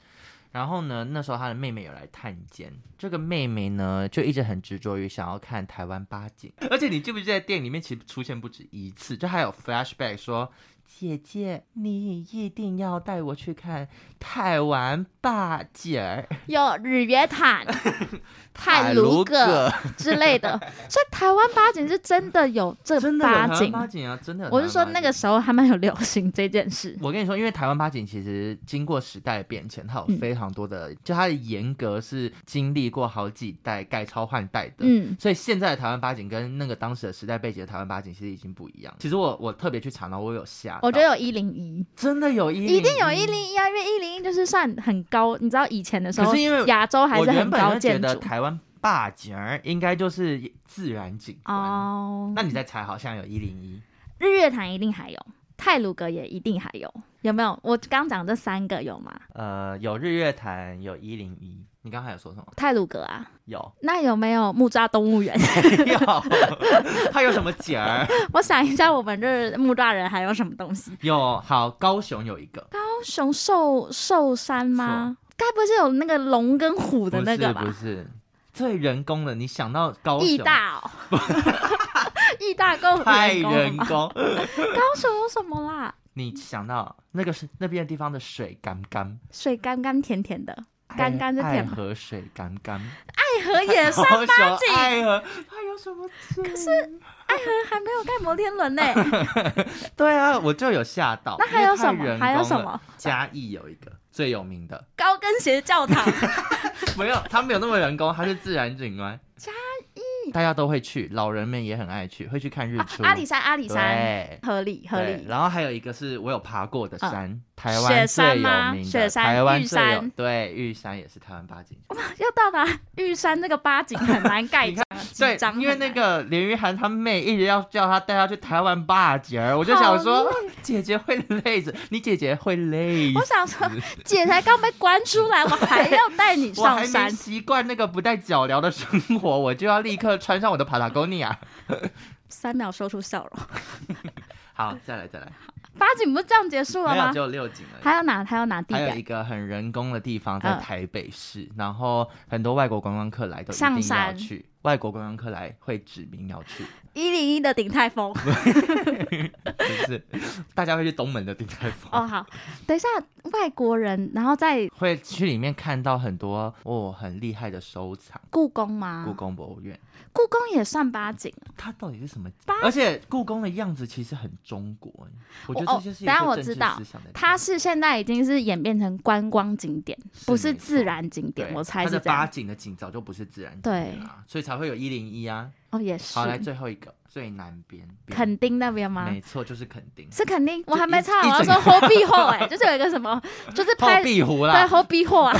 Speaker 1: 然后呢，那时候她的妹妹有来探监，这个妹妹呢就一直很执着于想要看台湾八景， *laughs* 而且你记不记得电影里面其实出现不止一次，就还有 flashback 说。姐姐，你一定要带我去看台湾八景儿。
Speaker 2: 有日月潭、
Speaker 1: *laughs*
Speaker 2: 泰
Speaker 1: 鲁
Speaker 2: 鲁阁之
Speaker 1: *laughs*
Speaker 2: 类的，所以台湾八景是真的有这
Speaker 1: 真的有
Speaker 2: 八
Speaker 1: 台湾
Speaker 2: 景。
Speaker 1: 八景啊，真的 *laughs* 有台湾八景。
Speaker 2: 我是说那个时候还蛮有流行这件
Speaker 1: *laughs*
Speaker 2: 事。
Speaker 1: 我跟你说，因为台湾八景其实经过时代的变迁，它有
Speaker 2: 嗯
Speaker 1: 非常多的，就它的严格是经历过好几代改朝换代的。
Speaker 2: 嗯，
Speaker 1: 所以现在的台湾八景跟那个当时的时代背景的台湾八景其实已经不一样。其实我我特别去查呢，我有下吓到。
Speaker 2: 我觉得有一零一，
Speaker 1: 真的有一，
Speaker 2: 一定有一。零一啊，因为一零一就是算很高，你知道以前的时
Speaker 1: 可
Speaker 2: 候
Speaker 1: 是因为
Speaker 2: 亚洲还
Speaker 1: 我
Speaker 2: 是
Speaker 1: 原
Speaker 2: 很
Speaker 1: 本
Speaker 2: 高
Speaker 1: 就觉
Speaker 2: 建
Speaker 1: 得
Speaker 2: 筑
Speaker 1: 台湾坝景儿应该就是自然景观，
Speaker 2: 哦。
Speaker 1: 那你再猜，好像有一零一。
Speaker 2: 日月潭一定还有，泰鲁阁也一定还有，有没有？我刚讲这三个有吗？
Speaker 1: 呃，有日月潭，有一零一。你刚才有说什么？
Speaker 2: 泰鲁阁啊，
Speaker 1: 有 *laughs*
Speaker 2: 那有没有木栅动物园？
Speaker 1: 有， *laughs* 它有什么景儿？
Speaker 2: 我想一下，我们这木栅人还有什么东西？
Speaker 1: 有好，高雄有一个，
Speaker 2: 高雄寿寿山吗？该不会是有那个龙跟虎的
Speaker 1: 不
Speaker 2: 那
Speaker 1: 是不
Speaker 2: 个吧？
Speaker 1: 是，最人工的。你想到高雄，
Speaker 2: 义大哦，义大够
Speaker 1: 太
Speaker 2: 人工了
Speaker 1: 人
Speaker 2: 吧
Speaker 1: 工，
Speaker 2: 高雄有哦什么啦？
Speaker 1: *laughs* 你想到那个是那边的地方的水干干，
Speaker 2: 水干干甜甜的，
Speaker 1: 哎
Speaker 2: 干干是
Speaker 1: 爱
Speaker 2: 甜
Speaker 1: 爱
Speaker 2: 吗
Speaker 1: 河水干干，
Speaker 2: 爱河也
Speaker 1: 高
Speaker 2: 算
Speaker 1: 雄
Speaker 2: 景
Speaker 1: 爱河，它有什么景？可是
Speaker 2: 还没有盖摩天 *laughs* 轮呢。
Speaker 1: 对啊，我就有吓到。
Speaker 2: 那还
Speaker 1: 因为
Speaker 2: 有
Speaker 1: 太
Speaker 2: 什么？
Speaker 1: 人
Speaker 2: 还有
Speaker 1: 工
Speaker 2: 什
Speaker 1: 了？
Speaker 2: 么？
Speaker 1: 嘉义有一个最有名的， *laughs*
Speaker 2: 高跟鞋教堂，
Speaker 1: 没有，它没有那么人工，它是自然景观。嘉义大家都会去，老人们也很爱去，会去看日
Speaker 2: 啊
Speaker 1: 出。
Speaker 2: 阿里山，阿里山，
Speaker 1: 对
Speaker 2: 合理合
Speaker 1: 对
Speaker 2: 理。
Speaker 1: 然后还有一个是我有爬过的
Speaker 2: 嗯
Speaker 1: 山，台湾
Speaker 2: 雪山
Speaker 1: 最有
Speaker 2: 吗
Speaker 1: 名的，
Speaker 2: 雪山
Speaker 1: 台湾
Speaker 2: 玉
Speaker 1: 最有
Speaker 2: 山
Speaker 1: 对玉山也是台湾八景。
Speaker 2: 要到达玉山那个八景很难盖
Speaker 1: 你
Speaker 2: 章，
Speaker 1: 对
Speaker 2: 几，张
Speaker 1: 因为
Speaker 2: 很
Speaker 1: 啊那
Speaker 2: 难
Speaker 1: 个连玉涵她妹一直要叫她带她去台湾八景儿，我就想说姐姐会累死，你姐姐会累
Speaker 2: 我
Speaker 1: 死。
Speaker 2: 想说，姐才刚被关出来，我还要带你
Speaker 1: 我还
Speaker 2: 上
Speaker 1: 没
Speaker 2: 山。
Speaker 1: 习惯那个不带脚镣的生活，我就要立刻穿上我的帕塔贡尼亚。
Speaker 2: 三秒说出笑容，
Speaker 1: 好，再来再来，
Speaker 2: 八景不是这样结束了
Speaker 1: 没有
Speaker 2: 吗
Speaker 1: 只？有六景而已。
Speaker 2: 还有哪？还有哪地
Speaker 1: 还有
Speaker 2: 点？
Speaker 1: 一个很人工的地方在
Speaker 2: 嗯
Speaker 1: 台北市，然后很多外国观光客来都一
Speaker 2: 上
Speaker 1: 定要
Speaker 2: 山
Speaker 1: 去，外国观光客来会指名要去， *laughs*
Speaker 2: 一零一的鼎泰丰。
Speaker 1: 就是大家会去东门的鼎泰丰。
Speaker 2: 哦，好，等一下，外国人，然后在
Speaker 1: 会去里面看到很多哦很厉害的收藏，
Speaker 2: 故宫吗？
Speaker 1: 故宫博物院
Speaker 2: 故宫也算八景。
Speaker 1: 它到底是什么？而且故宫的样子其实很中国，我觉得
Speaker 2: 哦
Speaker 1: 这就是一
Speaker 2: 等下
Speaker 1: 些
Speaker 2: 我
Speaker 1: 政
Speaker 2: 知
Speaker 1: 治
Speaker 2: 道
Speaker 1: 思想的地方。
Speaker 2: 它是现在已经是演变成观光景点，不是
Speaker 1: 没错
Speaker 2: 自然景
Speaker 1: 对
Speaker 2: 点，我猜
Speaker 1: 它
Speaker 2: 是
Speaker 1: 的
Speaker 2: 这
Speaker 1: 八
Speaker 2: 样。
Speaker 1: 景的景早就不是自然景点啦，所以才会有一零一啊。
Speaker 2: 哦，也是
Speaker 1: 好，。来最后一个最南边，边
Speaker 2: 垦丁那边吗？
Speaker 1: 没错，就是垦丁
Speaker 2: 是垦丁，我
Speaker 1: 就
Speaker 2: 还没
Speaker 1: 一
Speaker 2: 差，
Speaker 1: 一
Speaker 2: 我要
Speaker 1: 整
Speaker 2: 说后壁后哎， *laughs* 就是有一个什么，就是
Speaker 1: 后
Speaker 2: 拍
Speaker 1: 壁湖
Speaker 2: 对
Speaker 1: 啦，
Speaker 2: 后壁后啊，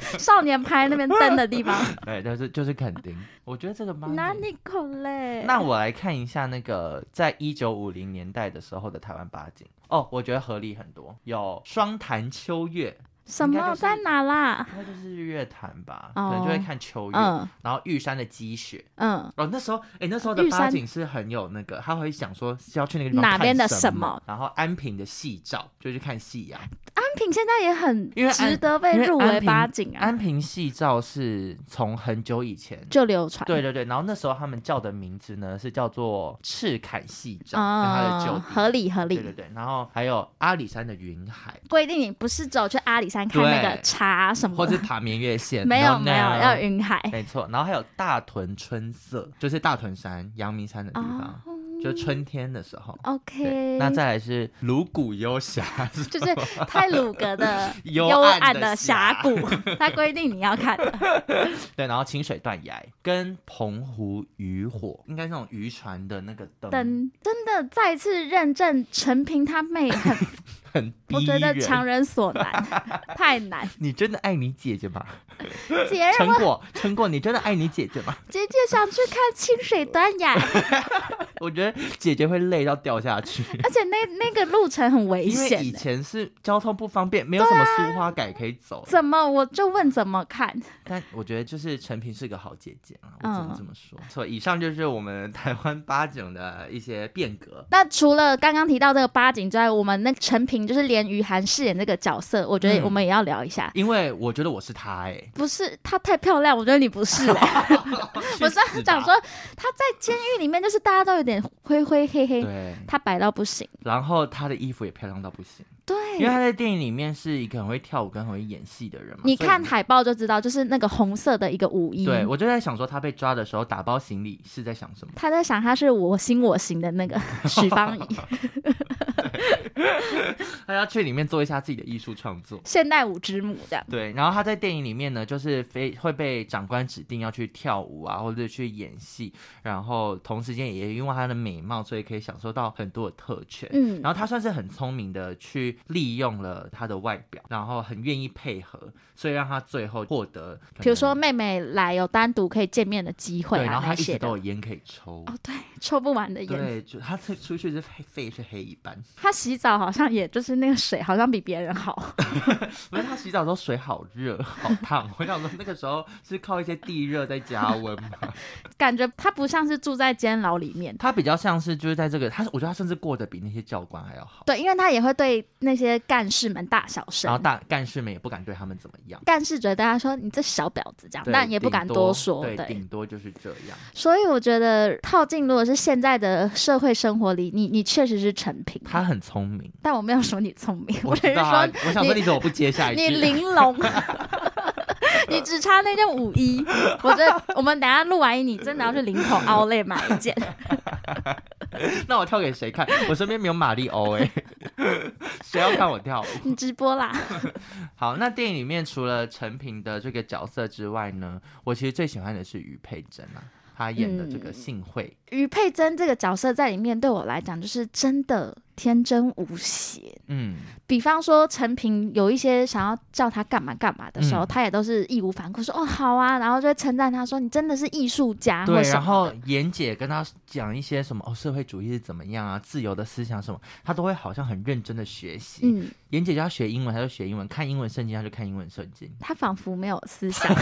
Speaker 2: *laughs* 少年拍那边灯
Speaker 1: *laughs*
Speaker 2: 的地方。
Speaker 1: 对，就是就是垦丁。我觉得这个蛮
Speaker 2: 哪
Speaker 1: 有。
Speaker 2: 里口嘞？
Speaker 1: 那我来看一下那个在一九五零年代的时候的台湾八景哦，我觉得合理很多。有双潭秋月，
Speaker 2: 什
Speaker 1: 应该就
Speaker 2: 么
Speaker 1: 是
Speaker 2: 在哪啦？
Speaker 1: 应该就是日月潭吧，
Speaker 2: 哦
Speaker 1: 可能就会看秋月，
Speaker 2: 嗯
Speaker 1: 然后玉山的积雪。
Speaker 2: 嗯，
Speaker 1: 哦，那时候，哎，那时候的
Speaker 2: 玉山
Speaker 1: 八景是很有那个，他会想说是要去那个地方
Speaker 2: 哪
Speaker 1: 看
Speaker 2: 边的
Speaker 1: 什
Speaker 2: 什么
Speaker 1: 然后安平的夕照就去看夕阳。
Speaker 2: 安平现在也很
Speaker 1: 因为安
Speaker 2: 值得被入
Speaker 1: 因为安
Speaker 2: 围
Speaker 1: 平
Speaker 2: 八景啊，
Speaker 1: 安平夕照是从很久以前，
Speaker 2: 就流传。
Speaker 1: 对对对，然后那时候他们叫的名字呢是叫做赤坎夕照，
Speaker 2: 啊
Speaker 1: 它的旧地
Speaker 2: 合理合
Speaker 1: 对对
Speaker 2: 理。
Speaker 1: 对，然后还有阿里山的云海，
Speaker 2: 规定你不是只有去阿里山看
Speaker 1: 对
Speaker 2: 那个茶什么
Speaker 1: 或
Speaker 2: 的
Speaker 1: 是，爬明月线，
Speaker 2: 没有
Speaker 1: no,
Speaker 2: 没有
Speaker 1: no
Speaker 2: 要云海
Speaker 1: 没错，然后还有大屯春色，就是大屯山、阳明山的地方
Speaker 2: 啊，。
Speaker 1: 就春天的时候。对，
Speaker 2: OK，
Speaker 1: 那再来是泸谷幽峡， *laughs*
Speaker 2: *laughs* 就是泰鲁格的
Speaker 1: 幽
Speaker 2: 幽
Speaker 1: 暗
Speaker 2: 暗
Speaker 1: 的
Speaker 2: 的峡谷， *laughs* 它规定你要看的。
Speaker 1: 对，然后清水断崖跟澎湖渔火，应该是那种渔船的那个灯，
Speaker 2: 灯真的再次认证陈平他妹很，
Speaker 1: 很逼
Speaker 2: 我觉得强
Speaker 1: 人。
Speaker 2: 人所
Speaker 1: *laughs*
Speaker 2: 难，太难。
Speaker 1: 你真的爱你姐姐吗？
Speaker 2: 姐让
Speaker 1: 陈果，陈果，你真的爱你姐姐吗？ *laughs*
Speaker 2: 姐姐想去看清水断崖，
Speaker 1: 我觉得姐姐会累到掉下去，
Speaker 2: 而且那那个路程很 *laughs* 危
Speaker 1: 因为
Speaker 2: 险啊
Speaker 1: 以
Speaker 2: 欸。
Speaker 1: 前是交通不方便，没有什么苏花改可以走。
Speaker 2: 怎么？我就问怎么看？
Speaker 1: 但我觉得就是陈平是个好姐姐啊，我只
Speaker 2: 嗯
Speaker 1: 能这么说。所以以上就是我们 *laughs* 台湾八景的一些变革。
Speaker 2: 那除了刚刚提到这个八景之外，我们那个陈平就是连于涵饰演这个角色，我觉得
Speaker 1: 嗯
Speaker 2: 我们也要聊一下。
Speaker 1: 因为我觉得我是他
Speaker 2: *laughs*
Speaker 1: 哎、
Speaker 2: 不是她太漂亮，我觉得你
Speaker 1: *laughs*
Speaker 2: 不是、欸。
Speaker 1: 去
Speaker 2: 我
Speaker 1: 死吧
Speaker 2: 是想说，她在监狱里面就是大家都有点灰灰黑黑，
Speaker 1: 对，
Speaker 2: 她白到不行。
Speaker 1: 然后他的衣服也漂亮到不行，因为
Speaker 2: 对，
Speaker 1: 他在电影里面是一个很会跳舞跟很会演戏的人嘛。
Speaker 2: 你
Speaker 1: 所以
Speaker 2: 看海报就知道，就是那个红色的一个舞衣。
Speaker 1: 对我就在想说他被抓的时候打包行李是在想什么？ *laughs*
Speaker 2: 他在想他是我心我行的那个许芳宜，
Speaker 1: 他要去里面做一下自己的艺术创作。
Speaker 2: 现代舞之母这样。
Speaker 1: 对，然后他在电影里面呢，就是非会被长官指定要去跳舞啊，或者是去演戏，然后同时间也因为他的美貌，所以可以享受到很多的特权。
Speaker 2: 嗯，
Speaker 1: 然后他算是很聪明的去利用了他的外表，然后很愿意配合，所以让他最后获得可能，
Speaker 2: 比如说妹妹来有单独可以见面的机会
Speaker 1: 对，然
Speaker 2: 啊
Speaker 1: 后他
Speaker 2: 那
Speaker 1: 一直
Speaker 2: 些的。
Speaker 1: 都有
Speaker 2: 哦，
Speaker 1: 烟可以抽。
Speaker 2: 对，抽不完的烟。
Speaker 1: 对，就他出出去是肺肺是黑一般，
Speaker 2: 她洗澡好像也就是那个水好像比别人好。 *laughs*
Speaker 1: 不是他洗澡的时候水好热好 *laughs* 烫，我想说那个时候是靠一些地热在加温吗？
Speaker 2: 感觉他不像是住在监牢里面，
Speaker 1: *laughs* 他比较像是就是在这个，他我觉得他甚至过得比那些教官还要好，
Speaker 2: 对，因为他也会对那些干事们大小
Speaker 1: 然后
Speaker 2: 声，
Speaker 1: 大干事们也不敢对他们怎么样，
Speaker 2: 干事觉得他说你这小婊子这样，
Speaker 1: 对
Speaker 2: 但也不
Speaker 1: 顶
Speaker 2: 敢
Speaker 1: 多
Speaker 2: 说，
Speaker 1: 对，
Speaker 2: 对。
Speaker 1: 顶多就是这样。
Speaker 2: 所以我觉得套进如果是现在的社会生活里，你你确实是成品，
Speaker 1: 他很聪明，
Speaker 2: 但 *laughs* 我没有说你聪明，
Speaker 1: 我
Speaker 2: 只
Speaker 1: 知
Speaker 2: 是
Speaker 1: 道啊
Speaker 2: 说，
Speaker 1: 我想说你怎么不接下一句？
Speaker 2: 你玲珑，你只差那件五一。我觉得我们等一下录完音，你真的要去林口 Outlet 买一件。
Speaker 1: *laughs* 那我跳给谁看？我身边没有马丽
Speaker 2: *laughs*
Speaker 1: 欧哎， *laughs* 谁要看我跳舞？
Speaker 2: 你直播啦，
Speaker 1: 好，那电影里面除了陈平的这个角色之外呢，我其实最喜欢的是于佩珍啊，她演的
Speaker 2: 嗯
Speaker 1: 这个幸会，
Speaker 2: 于佩珍这个角色在里面对我来讲，就是真的天真无邪。
Speaker 1: 嗯，
Speaker 2: 比方说陈平有一些想要叫他干嘛干嘛的时候，
Speaker 1: 嗯
Speaker 2: 他也都是义无反顾说哦好啊，然后就会称赞他说你真的是艺术家或
Speaker 1: 对，
Speaker 2: 什
Speaker 1: 然
Speaker 2: 么
Speaker 1: 后
Speaker 2: 的。
Speaker 1: 妍姐跟她讲一些什么哦，社会主义是怎么样啊，自由的思想什么，她都会好像很认真的学习。
Speaker 2: 嗯，
Speaker 1: 妍姐要学英文，她就学英文；看英文圣经，她就看英文圣经。
Speaker 2: 他仿佛没有思想。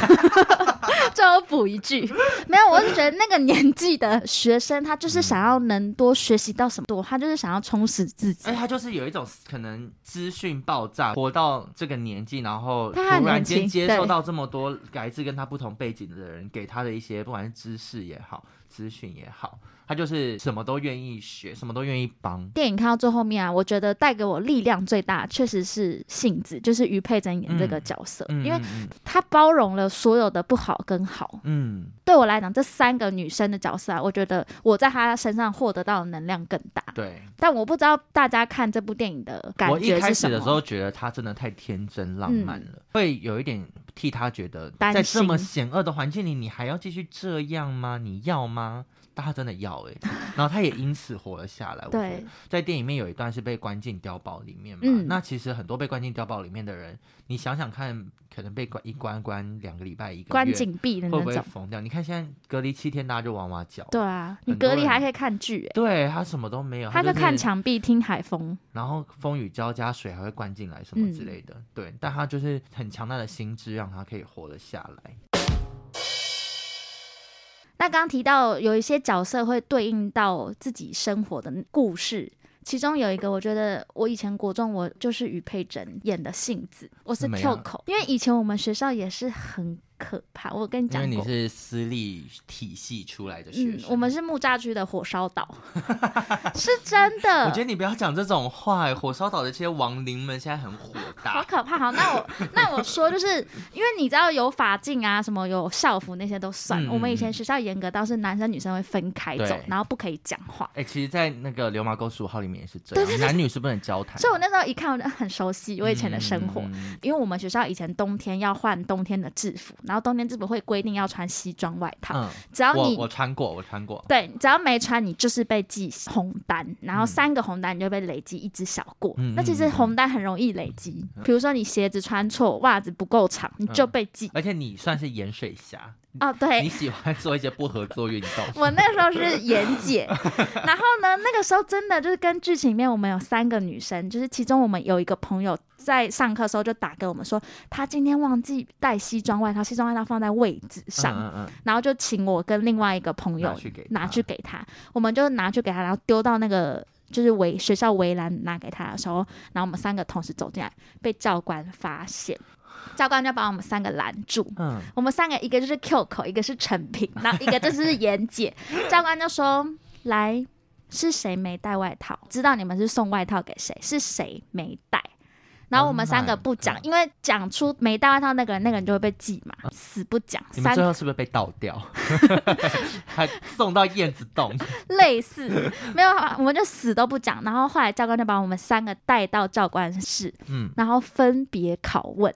Speaker 2: *laughs* 最后补一句，没有，我是觉得那个年纪的学生，他
Speaker 1: 嗯
Speaker 2: 就是想要能多学习到什么多，他就是想要充实自己
Speaker 1: 哎，。她就是有一种可能资讯爆炸，活到这个年纪，然后突
Speaker 2: 她很
Speaker 1: 然
Speaker 2: 年
Speaker 1: 间
Speaker 2: 轻
Speaker 1: 接
Speaker 2: 对
Speaker 1: 受到这么多来自跟她不同背景的人给她的一些，不管是知识也好，资讯也好，她就是什么都愿意学，什么都愿意帮。
Speaker 2: 电影看到最后面啊，我觉得带给我力量最大，确实是杏子，就是于佩珍演这个角色，
Speaker 1: 嗯，
Speaker 2: 因为
Speaker 1: 嗯
Speaker 2: 她包容了所有的不好跟好。
Speaker 1: 嗯
Speaker 2: 对我来讲，这三个女生的角色啊，我觉得我在她身上获得到的能量更大
Speaker 1: 嗯。对。
Speaker 2: 但我不知道大家看这部电影的感
Speaker 1: 我一
Speaker 2: 觉
Speaker 1: 开
Speaker 2: 是什
Speaker 1: 始
Speaker 2: 么。嗯
Speaker 1: 的时候觉得他真的太天真浪漫了，会有一点替他觉得，
Speaker 2: 担
Speaker 1: 在这么
Speaker 2: 心
Speaker 1: 险恶的环境里，你还要继续这样吗？你要吗？但他真的要哎、然后他也因此活了下来。我觉得
Speaker 2: 对，
Speaker 1: 在电影里面有一段是被关进碉堡里面嘛，
Speaker 2: 嗯
Speaker 1: 那其实很多被关进碉堡里面的人，你想想看，可能被关一关关两个礼拜一个
Speaker 2: 关
Speaker 1: 月，
Speaker 2: 紧闭的
Speaker 1: 会
Speaker 2: 那
Speaker 1: 不会
Speaker 2: 种。
Speaker 1: 疯掉？你看现在隔离七天，大家就哇哇叫。
Speaker 2: 对啊，你
Speaker 1: 很多
Speaker 2: 隔离还
Speaker 1: 人
Speaker 2: 可以看剧、欸，
Speaker 1: 对他什么都没有，
Speaker 2: 他
Speaker 1: 就
Speaker 2: 就是看墙壁听海风。
Speaker 1: 然后风雨交加，水还会灌进来什
Speaker 2: 嗯
Speaker 1: 么之类的。对，但他就是很强大的心智，让他可以活了下来。
Speaker 2: 那刚刚提到有一些角色会对应到自己生活的故事。其中有一个，我觉得我以前国中我就是于佩珍演的杏子，我是
Speaker 1: 怎么样
Speaker 2: Q 口，因为以前我们学校也是很可怕，我跟你
Speaker 1: 因
Speaker 2: 讲
Speaker 1: 为你
Speaker 2: 过，
Speaker 1: 是私立体系出来的学
Speaker 2: 嗯，
Speaker 1: 生，
Speaker 2: 我们是木栅区的火烧
Speaker 1: *laughs*
Speaker 2: 岛，是真的，
Speaker 1: 我觉得你不要讲这种话、哎火烧岛的这些亡灵们现在很火
Speaker 2: 好
Speaker 1: 大。
Speaker 2: 可怕！好，那我 *laughs* 那我说，就是因为你知道有法镜啊，什么有校服那些都算。
Speaker 1: 嗯
Speaker 2: 我们以前学校严格到是男生女生会分开走
Speaker 1: 对，
Speaker 2: 然后不可以讲话。
Speaker 1: 哎、其实，在那个《流氓沟十五号》里面也是这样，男女是不能交谈的。
Speaker 2: 所以我那时候一看，我就很熟悉我以前的生活。
Speaker 1: 嗯嗯
Speaker 2: 因为我们学校以前冬天要换冬天的制服，然后冬天制服会规定要穿西装外套，
Speaker 1: 嗯
Speaker 2: 只要
Speaker 1: 我
Speaker 2: 你
Speaker 1: 我穿过，我穿过。
Speaker 2: 对，只要没穿，你就是被记红单，然后
Speaker 1: 嗯
Speaker 2: 三个红单你就被累积一只小过。
Speaker 1: 嗯
Speaker 2: 那其
Speaker 1: 嗯
Speaker 2: 实
Speaker 1: 嗯
Speaker 2: 红单很容易累积，比如说你鞋子穿错，袜子不够长，你就
Speaker 1: 嗯
Speaker 2: 被记。
Speaker 1: 而且你算是盐水侠，
Speaker 2: 哦，对，
Speaker 1: 你喜欢做一些不合作运动。
Speaker 2: 我那时候是妍
Speaker 1: *laughs*
Speaker 2: 姐，然后呢，那个时候真的就是跟剧情里面我们有三个女生，就是其中我们有一个朋友在上课的时候就打给我们说，她今天忘记带西装外套，西装外套放在位置上，
Speaker 1: 嗯嗯
Speaker 2: 然后就请我跟另外一个朋友
Speaker 1: 拿去给她
Speaker 2: 拿去给她，我们就拿去给她，然后丢到那个。就是围学校围栏拿给她的时候，然后我们三个同时走进来，被教官发现，教官就把我们三个拦住，
Speaker 1: 嗯
Speaker 2: 我们三个，一个就是 Q 口，一个是陈平，然后一个就是妍姐。教官就说：“来，是谁没带外套？知道你们是送外套给谁？是谁没带？”然后我们
Speaker 1: Oh
Speaker 2: 三个
Speaker 1: my
Speaker 2: 不讲
Speaker 1: God
Speaker 2: 因为讲出没搭到那个人，那个人就会被记嘛，死不讲。
Speaker 1: 啊你们
Speaker 2: 三
Speaker 1: 最后是不是被倒
Speaker 2: *laughs*
Speaker 1: 掉？还送到燕子洞？
Speaker 2: 类似 *laughs* 没有，我们就死都不讲。然后后来教官就把我们三个带到教官室，
Speaker 1: 嗯，
Speaker 2: 然后分别拷问，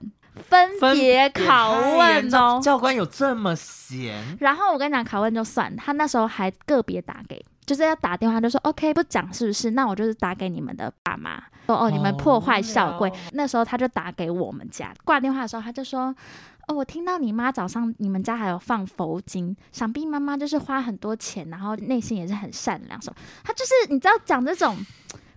Speaker 2: 分
Speaker 1: 分
Speaker 2: 别
Speaker 1: 别
Speaker 2: 拷
Speaker 1: 太严
Speaker 2: 问
Speaker 1: 重
Speaker 2: 哦。
Speaker 1: 教官有这么闲？
Speaker 2: 然后我跟你讲，拷问就算，他那时候还个别打给，就是要打电话就说 OK 不讲是不是？那我就是打给你们的爸妈，说哦你们
Speaker 1: 好
Speaker 2: 破坏
Speaker 1: 无
Speaker 2: 校规。
Speaker 1: 聊哦
Speaker 2: 那时候他就打给我们家，挂电话的时候他就说。哦，我听到你妈早上你们家还有放佛经，想必妈妈就是花很多钱，然后内心也是很善良什么。他就是你知道讲这种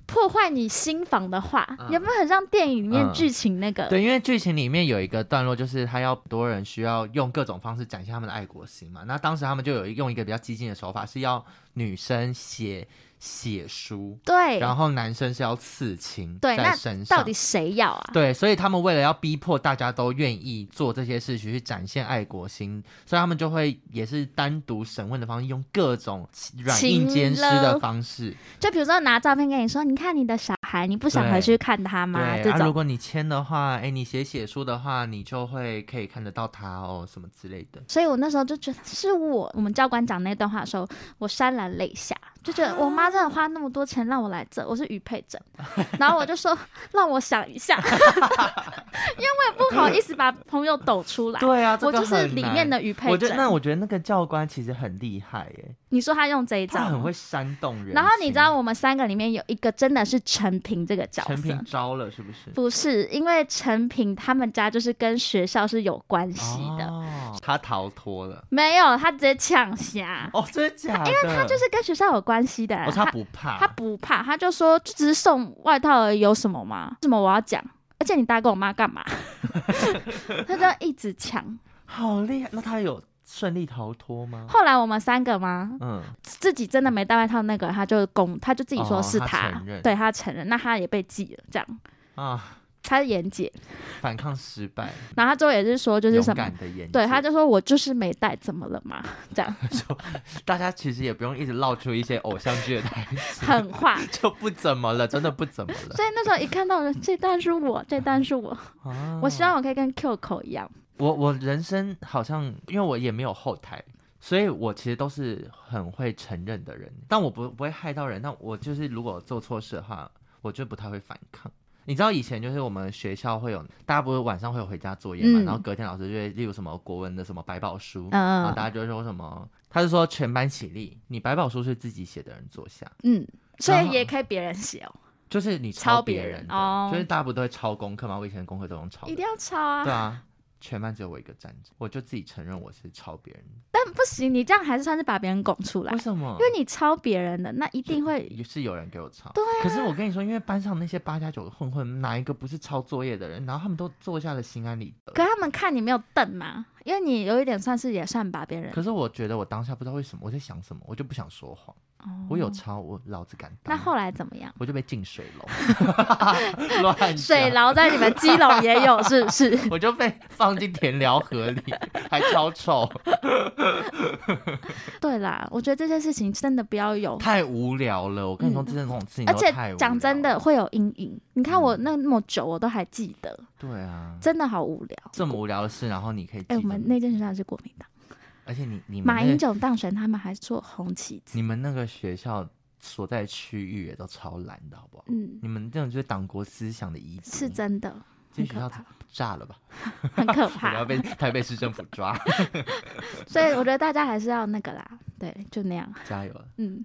Speaker 2: 破坏你心房的话，
Speaker 1: 嗯
Speaker 2: 有没有很像电影里面
Speaker 1: 嗯
Speaker 2: 剧情那个？
Speaker 1: 对，因为剧情里面有一个段落，就是他要多人需要用各种方式展现他们的爱国心嘛。那当时他们就有用一个比较激进的手法，是要女生写写书，
Speaker 2: 对
Speaker 1: 然后男生是要刺青
Speaker 2: 对
Speaker 1: 在
Speaker 2: 那
Speaker 1: 身上。
Speaker 2: 到底谁要啊？
Speaker 1: 对，所以他们为了要逼迫大家都愿意做这些事情，去展现爱国心，所以他们就会也是单独审问的方式，用各种软硬兼施的方式。
Speaker 2: 就比如说拿照片跟你说，你看你的小孩，你不想回去看他吗？
Speaker 1: 对，
Speaker 2: 这
Speaker 1: 啊、如
Speaker 2: 种
Speaker 1: 果你签的话，哎，你写写书的话，你就会可以看得到他哦，什么之类的。
Speaker 2: 所以我那时候就觉得是我，我们教官讲那段话的时候，我潸然泪下，就觉得我妈真的花那么多钱让我来这，我是余佩
Speaker 1: *laughs*
Speaker 2: 珍，然后我就说让我想一下，因为我也不好意思把朋友抖出
Speaker 1: *laughs*
Speaker 2: 来，
Speaker 1: 对啊，这
Speaker 2: 我
Speaker 1: 个
Speaker 2: 就是
Speaker 1: 很
Speaker 2: 里
Speaker 1: 难
Speaker 2: 面。的余佩
Speaker 1: 我觉得那
Speaker 2: 珍。
Speaker 1: 我觉得那个教官其实很厉害耶，
Speaker 2: 你说他用这一
Speaker 1: 他
Speaker 2: 招
Speaker 1: 很
Speaker 2: 吗，
Speaker 1: 会煽动人心。
Speaker 2: 然后你知道我们三个里面有一个真的是陈平这个角
Speaker 1: 陈
Speaker 2: 色
Speaker 1: 平。招了是不是？
Speaker 2: 不是，因为陈平他们家就是跟学校是有关系的，
Speaker 1: 哦，他逃脱了。
Speaker 2: 没有，他直接抢侠，
Speaker 1: 哦，真的假的？因为他
Speaker 2: 就。是跟学校有关系的、
Speaker 1: 哦，他
Speaker 2: 他
Speaker 1: 不怕，
Speaker 2: 他不怕，他就说就只是送外套而已，有什么吗？为什么我要讲？而且你搭跟我妈干
Speaker 1: *laughs*
Speaker 2: 嘛？他就一直抢。
Speaker 1: 好厉害！那他有顺利逃脱吗？
Speaker 2: 后来我们三个嘛，
Speaker 1: 嗯，
Speaker 2: 自己真的没带外套那个，他就公，他就自己说
Speaker 1: 哦
Speaker 2: 是
Speaker 1: 他
Speaker 2: 他，
Speaker 1: 承认
Speaker 2: 对他承认，那他也被记了，这样
Speaker 1: 啊，
Speaker 2: 他是严姐，
Speaker 1: 反抗失败，
Speaker 2: 然后他最后也是说就是
Speaker 1: 勇
Speaker 2: 什么。
Speaker 1: 敢的演技。
Speaker 2: 对，他就说我就是没带，怎么了
Speaker 1: *laughs*
Speaker 2: 嘛？这样
Speaker 1: 大家其实也不用一直唠出一些偶像剧的台词， *laughs*
Speaker 2: 狠话，
Speaker 1: 就不怎么了，真的不怎么了。
Speaker 2: 所以那时候一看到人，这段是我，这段是我，
Speaker 1: 啊
Speaker 2: 我希望我可以跟 Q 口一样。
Speaker 1: 我我人生好像，因为我也没有后台，所以我其实都是很会承认的人，但我不不会害到人。但我就是如果做错事的话，我就不太会反抗。你知道以前就是我们学校会有，大家不是晚上会有回家作业嘛，
Speaker 2: 嗯
Speaker 1: 然后隔天老师就会，例如什么国文的什么百宝书，然后
Speaker 2: 嗯
Speaker 1: 大家就会说什么，他是说全班起立，你百宝书是自己写的人坐下，
Speaker 2: 嗯，所以
Speaker 1: 然后
Speaker 2: 也可以别人写哦，
Speaker 1: 就是你
Speaker 2: 抄
Speaker 1: 抄
Speaker 2: 别
Speaker 1: 别
Speaker 2: 人
Speaker 1: 人的，
Speaker 2: 哦
Speaker 1: 就是大家不都会抄功课吗？我以前的功课都用抄的
Speaker 2: 一，定要抄啊
Speaker 1: 对！啊，全班只有我一个站着，我就自己承认我是抄别人的。
Speaker 2: 但不行，你这样还是算是把别人拱出来，
Speaker 1: 为
Speaker 2: 因
Speaker 1: 什么？
Speaker 2: 为你抄别人的，那一定会。啊
Speaker 1: 也哦是有人给我抄。对、可是我跟你说，因为班上那些八加九的混混，哪一个不是抄作业的人？然后他们都坐下了心安理
Speaker 2: 可
Speaker 1: 得。
Speaker 2: 他们看你没有瞪嘛，因为你有一点算是也算把别人。
Speaker 1: 可是我觉得我当下不知道为什么我在想什么，我就不想说谎。
Speaker 2: 哦
Speaker 1: 我有抄，我老子敢
Speaker 2: 那
Speaker 1: 当。
Speaker 2: 后来怎么样？
Speaker 1: *laughs* 我就被进水
Speaker 2: *laughs*
Speaker 1: 楼，乱讲
Speaker 2: 水，牢在你们基隆
Speaker 1: *laughs*
Speaker 2: 也有，是不是？
Speaker 1: 我就被放
Speaker 2: *laughs*
Speaker 1: 进田寮河里，还超臭，
Speaker 2: 对啦，我觉得这些事情真的不要有，
Speaker 1: 太无聊了。我跟你说，真的这种事情都
Speaker 2: 嗯而且
Speaker 1: 太无聊
Speaker 2: 讲真的
Speaker 1: 了，
Speaker 2: 会有阴影。你看我
Speaker 1: 嗯
Speaker 2: 那么久，我都还记得，
Speaker 1: 对啊，
Speaker 2: 真的好无聊。
Speaker 1: 这么无聊的事，然后你可以记
Speaker 2: 哎、
Speaker 1: 这
Speaker 2: 我
Speaker 1: 么，
Speaker 2: 们那间学校是国民党，
Speaker 1: 而且你你们
Speaker 2: 马
Speaker 1: 那
Speaker 2: 英
Speaker 1: 个
Speaker 2: 九当选，他们还做红旗子。
Speaker 1: 你们那个学校所在区域也都超蓝的，好不好？
Speaker 2: 嗯，
Speaker 1: 你们这种就是党国思想的遗
Speaker 2: 是
Speaker 1: 这
Speaker 2: 真的，
Speaker 1: 这
Speaker 2: 很
Speaker 1: 学
Speaker 2: 可
Speaker 1: 校
Speaker 2: 怕，
Speaker 1: 炸了吧？ *laughs*
Speaker 2: 很可
Speaker 1: 我嗯要
Speaker 2: 怕。 *laughs*
Speaker 1: 被台北市政府抓， *laughs*
Speaker 2: 所以我觉得大家还是要那个啦，对，就那样。
Speaker 1: 加油了！
Speaker 2: 嗯，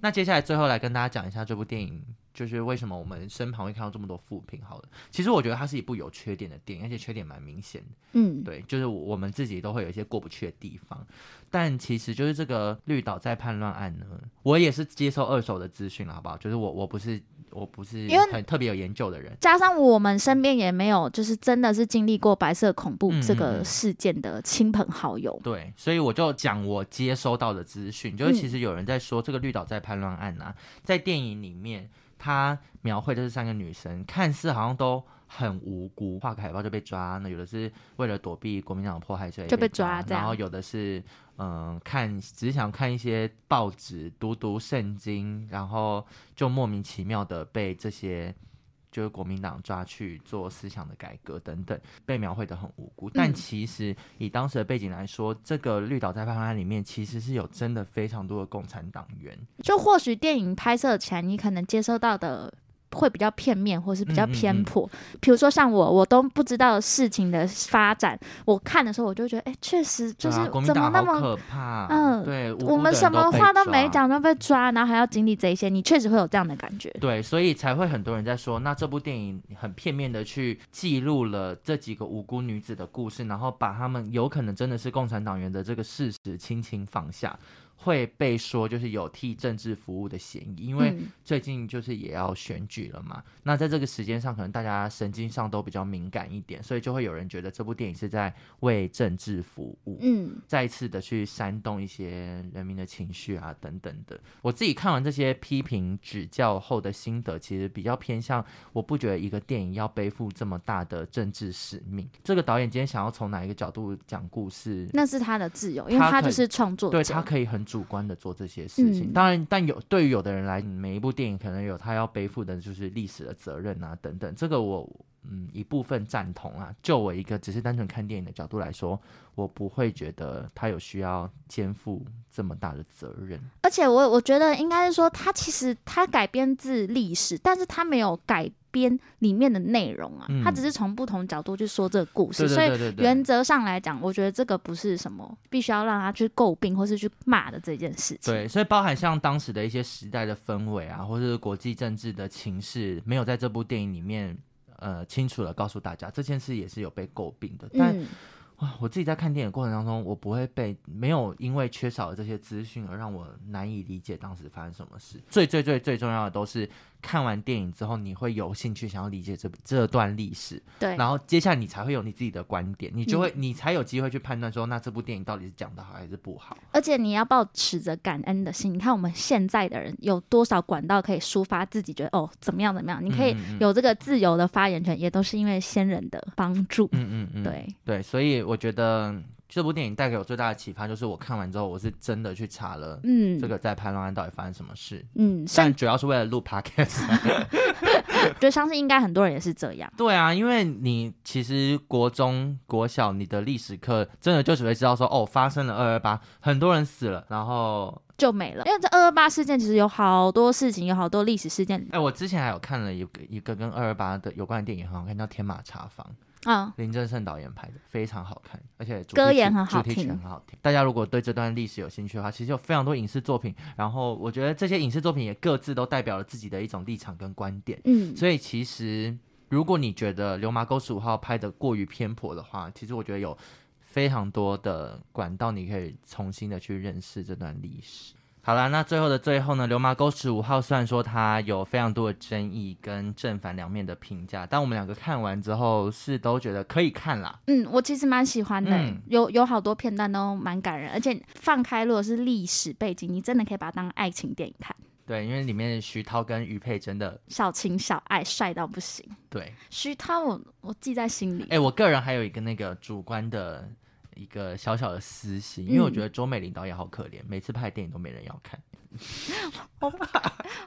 Speaker 1: 那接下来最后来跟大家讲一下这部电影，就是为什么我们身旁会看到这么多负评。好了，其实我觉得它是一部有缺点的电影，而且缺点蛮明显的。
Speaker 2: 嗯，
Speaker 1: 对，就是我们自己都会有一些过不去的地方。但其实就是这个绿岛在叛乱案呢，我也是接受二手的资讯了，好不好？就是我我不是我不是
Speaker 2: 因为
Speaker 1: 很特别有研究的人。
Speaker 2: 加上我们身边也没有，就是真的是经历过白色恐怖
Speaker 1: 嗯
Speaker 2: 这
Speaker 1: 嗯
Speaker 2: 个
Speaker 1: 嗯
Speaker 2: 事件的亲朋好友。
Speaker 1: 对，所以我就讲我接收到的资讯，就是
Speaker 2: 嗯
Speaker 1: 其实有人在说这个绿岛在叛乱案啊，在电影里面，它描绘的是三个女生，看似好像都很无辜，画个海报就被抓，那有的是为了躲避国民党的迫害，所以
Speaker 2: 就被
Speaker 1: 抓，
Speaker 2: 抓这样
Speaker 1: 然后有的是嗯看只是想看一些报纸，读读圣经，然后就莫名其妙的被这些。就是国民党抓去做思想的改革等等，被描绘的很无辜。但
Speaker 2: 嗯
Speaker 1: 其实以当时的背景来说，这个绿岛在判案里面其实是有真的非常多的共产党员，
Speaker 2: 就或许电影拍摄前，你可能接收到的会比较片面，或是比较
Speaker 1: 嗯
Speaker 2: 偏颇。比、如说像我，我都不知道事情的发展，我看的时候我就觉得，哎、确实就
Speaker 1: 对
Speaker 2: 是
Speaker 1: 啊国民
Speaker 2: 怎
Speaker 1: 党
Speaker 2: 么那
Speaker 1: 好
Speaker 2: 么。
Speaker 1: 可怕？
Speaker 2: 嗯
Speaker 1: 对，无辜
Speaker 2: 我们
Speaker 1: 的
Speaker 2: 什
Speaker 1: 人
Speaker 2: 么
Speaker 1: 被
Speaker 2: 话都没
Speaker 1: 抓。
Speaker 2: 讲就被抓，然后还要经历这一些，你确实会有这样的感觉。
Speaker 1: 对，所以才会很多人在说，那这部电影很片面的去记录了这几个无辜女子的故事，然后把她们有可能真的是共产党员的这个事实轻轻放下，会被说就是有替政治服务的嫌疑，因为
Speaker 2: 嗯、
Speaker 1: 最近就是也要选举了嘛，那在这个时间上，可能大家神经上都比较敏感一点，所以就会有人觉得这部电影是在为政治服务，
Speaker 2: 嗯，
Speaker 1: 再一次的去煽动一些人民的情绪啊等等的。我自己看完这些批评指教后的心得，其实比较偏向，我不觉得一个电影要背负这么大的政治使命。这个导演今天想要从哪一个角度讲故事？
Speaker 2: 那是他的自由，因为
Speaker 1: 他
Speaker 2: 他
Speaker 1: 可
Speaker 2: 就
Speaker 1: 以
Speaker 2: 是创作者。
Speaker 1: 对他可以很主观的做这些事情。
Speaker 2: 嗯
Speaker 1: 当然，但有对于有的人来，每一部电影可能有他要背负的就是历史的责任啊等等。这个我嗯一部分赞同啊。就我一个只是单纯看电影的角度来说，我不会觉得他有需要肩负这么大的责任。
Speaker 2: 而且我我觉得应该是说，它其实它改编自历史，但是它没有改编里面的内容啊，
Speaker 1: 嗯
Speaker 2: 它只是从不同角度去说这个故事，
Speaker 1: 对对
Speaker 2: 所
Speaker 1: 对对
Speaker 2: 以
Speaker 1: 对。
Speaker 2: 原则上来讲，我觉得这个不是什么必须要让他去诟病或是去骂的这件事情。
Speaker 1: 对，所以包含像当时的一些时代的氛围啊，或者是国际政治的情势，没有在这部电影里面呃清楚的告诉大家，这件事也是有被诟病的。但
Speaker 2: 嗯，
Speaker 1: 哇，我自己在看电影过程当中，我不会被没有因为缺少了这些资讯而让我难以理解当时发生什么事。最最最最重要的都是看完电影之后，你会有兴趣想要理解这这段历史，
Speaker 2: 对，嗯
Speaker 1: 然后接下来你才会有你自己的观点，你就会、你才有机会去判断说，那这部电影到底是讲的好还是不好。
Speaker 2: 而且你要抱持着感恩的心。你看我们现在的人有多少管道可以抒发自己觉得哦怎么样怎么样，你可以
Speaker 1: 嗯嗯嗯
Speaker 2: 有这个自由的发言权，也都是因为先人的帮助。
Speaker 1: 嗯嗯嗯，
Speaker 2: 对，
Speaker 1: 对，所以我觉得这部电影带给我最大的启发就是，我看完之后，我是真的去查了
Speaker 2: 嗯，
Speaker 1: 这个在潘乱案到底发生什么事，
Speaker 2: 嗯，甚
Speaker 1: 但主要是为了录 podcast。
Speaker 2: 觉得相信应该很多人也是这样。
Speaker 1: 对啊，因为你其实国中、国小你的历史课真的就只会知道说，哦，发生了二二八，很多人死了。然后，
Speaker 2: 就没了，因为这二二八事件其实有好多事情，有好多历史事件，
Speaker 1: 哎，我之前还有看了一个一个跟二二八的有关的电影，很好看，叫《天马茶坊》，
Speaker 2: 嗯，
Speaker 1: 林正盛导演拍的，非常好看，而且主题
Speaker 2: 歌也
Speaker 1: 曲
Speaker 2: 很好
Speaker 1: 主题曲
Speaker 2: 听
Speaker 1: 很好听。大家如果对这段历史有兴趣的话，其实有非常多影视作品，然后我觉得这些影视作品也各自都代表了自己的一种立场跟观点。
Speaker 2: 嗯，
Speaker 1: 所以其实，如果你觉得《流麻沟十五号》拍的过于偏颇的话，其实我觉得有非常多的管道你可以重新的去认识这段历史。好啦，那最后的最后呢，《流麻沟十五号》虽然说它有非常多的争议跟正反两面的评价，但我们两个看完之后是都觉得可以看啦。
Speaker 2: 嗯，我其实蛮喜欢的、
Speaker 1: 嗯
Speaker 2: 有有好多片段都蛮感人，而且放开如果是历史背景，你真的可以把它当爱情电影看，
Speaker 1: 对，因为里面徐涛跟于佩真的
Speaker 2: 小情小爱，帅到不行。
Speaker 1: 对，
Speaker 2: 徐涛我，我记在心里。
Speaker 1: 哎、我个人还有一个那个主观的一个小小的私心，因为我
Speaker 2: 嗯
Speaker 1: 觉得周美玲导演好可怜，每次拍的电影都没人要看。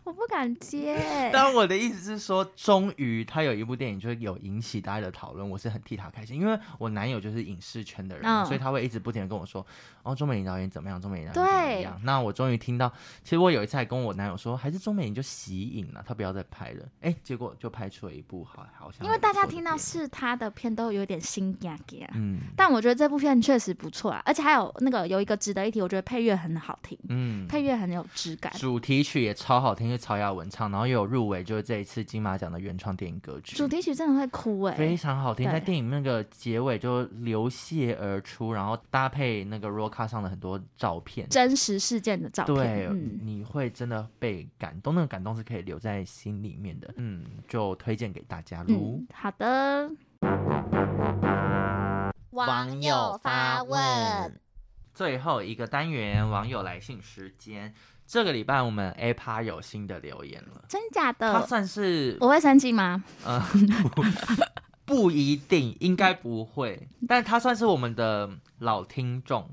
Speaker 2: 我不敢 *laughs* 接。
Speaker 1: 当然，我的意思是说，终于他有一部电影，就是有引起大家的讨论，我是很替他开心，因为我男友就是影视圈的人嘛，
Speaker 2: 嗯
Speaker 1: 所以他会一直不停的跟我说，哦，钟美玲导演怎么样，钟美玲导演怎么
Speaker 2: 对
Speaker 1: 样。那我终于听到，其实我有一次还跟我男友说，还是钟美玲就息影了，她不要再拍了。哎，结果就拍出了一部好好像
Speaker 2: 因为大家听到
Speaker 1: 是，
Speaker 2: 是他的片都有点心痒痒，
Speaker 1: 嗯
Speaker 2: 但我觉得这部片确实不错啊，而且还有那个有一个值得一提，我觉得配乐很好听，
Speaker 1: 嗯。
Speaker 2: 配乐很有质感。
Speaker 1: 主题曲也超好听，是曹雅文唱，然后也有入围，就是这一次金马奖的原创电影歌曲。
Speaker 2: 主题曲真的会哭哎、
Speaker 1: 非常好听，
Speaker 2: 对
Speaker 1: 在电影那个结尾就流泻而出，然后搭配那个 r o c a 上的很多照片，
Speaker 2: 真实事件的照
Speaker 1: 对
Speaker 2: 片。，嗯，
Speaker 1: 你会真的被感动，那个感动是可以留在心里面的。嗯，就推荐给大家喽。
Speaker 2: 嗯，好的。
Speaker 3: 网友发问。
Speaker 1: 最后一个单元，网友来信时间。这个礼拜我们 A 趴有新的留言了，
Speaker 2: 真
Speaker 1: 他
Speaker 2: 假的？
Speaker 1: 算是
Speaker 2: 我会生气吗？
Speaker 1: 呃不 *laughs* 不一定，应该不会，但他算是我们的老听众。
Speaker 2: 哦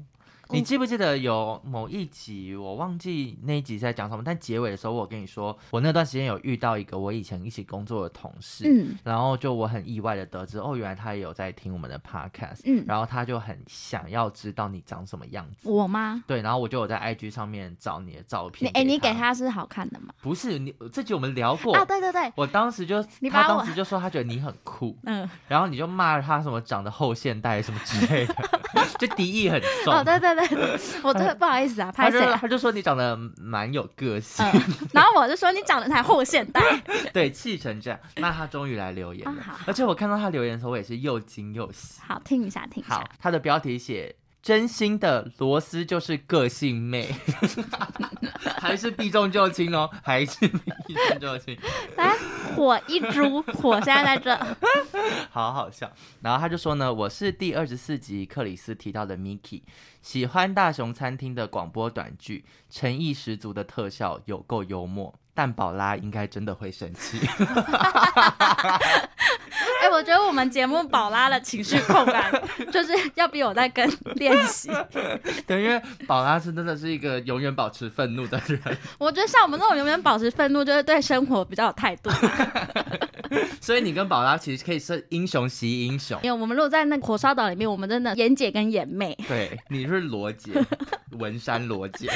Speaker 1: 你记不记得有某一集，我忘记那一集在讲什么，但结尾的时候我跟你说，我那段时间有遇到一个我以前一起工作的同事，
Speaker 2: 嗯
Speaker 1: 然后就我很意外的得知，哦，原来他也有在听我们的 podcast，、
Speaker 2: 嗯，
Speaker 1: 然后他就很想要知道你长什么样子。
Speaker 2: 我吗？
Speaker 1: 对，然后我就有在 IG 上面找你的照
Speaker 2: 你
Speaker 1: 片。
Speaker 2: 哎、你给
Speaker 1: 他哦
Speaker 2: 他是好看的吗？
Speaker 1: 不是你这集我们聊过，
Speaker 2: 啊，对对对，
Speaker 1: 我当时就
Speaker 2: 你
Speaker 1: 他
Speaker 2: 把我
Speaker 1: 当时就说他觉得你很酷，
Speaker 2: 嗯，
Speaker 1: 然后你就骂他什么长得后现代什么之类的， *laughs* 就敌意很重。
Speaker 2: 哦，对对
Speaker 1: *laughs*
Speaker 2: 对，对我真的不好意思啊，
Speaker 1: 他
Speaker 2: 拍
Speaker 1: 就
Speaker 2: 谁、啊？
Speaker 1: 他就说你长得蛮有个性，
Speaker 2: 嗯，然后我就说你长得才后现代，
Speaker 1: *laughs* 对，气成这样。那他终于来留言了，
Speaker 2: 啊好
Speaker 1: 而且我看到他留言的时候，我也是又惊又喜。
Speaker 2: 好听一下听一
Speaker 1: 好
Speaker 2: 下，，
Speaker 1: 他的标题写“真心的罗斯就是个性妹”， *laughs* 还是避重就轻哦，还是避重就轻，
Speaker 2: 来火一株，火现在在这，
Speaker 1: 好好笑。然后他就说呢，我是第二十四集克里斯提到的 Miki，喜欢大熊餐厅的广播短剧，诚意十足的特效，有够幽默。但宝拉应该真的会生气， *laughs*
Speaker 2: *laughs* 哎、我觉得我们节目宝拉的情绪控管
Speaker 1: *laughs*
Speaker 2: 就是要比我在跟 *laughs* 练习。
Speaker 1: 对，因为宝拉是真的是一个永远保持愤怒的人，
Speaker 2: 我觉得像我们这种永远保持愤怒，就是对生活比较有态度。
Speaker 1: *laughs* 所以你跟宝拉其实可以是英雄惜英雄。
Speaker 2: 因为我们如果在那个火烧岛里面，我们真的妍姐跟妍妹，
Speaker 1: 对，你是罗姐，文山罗姐，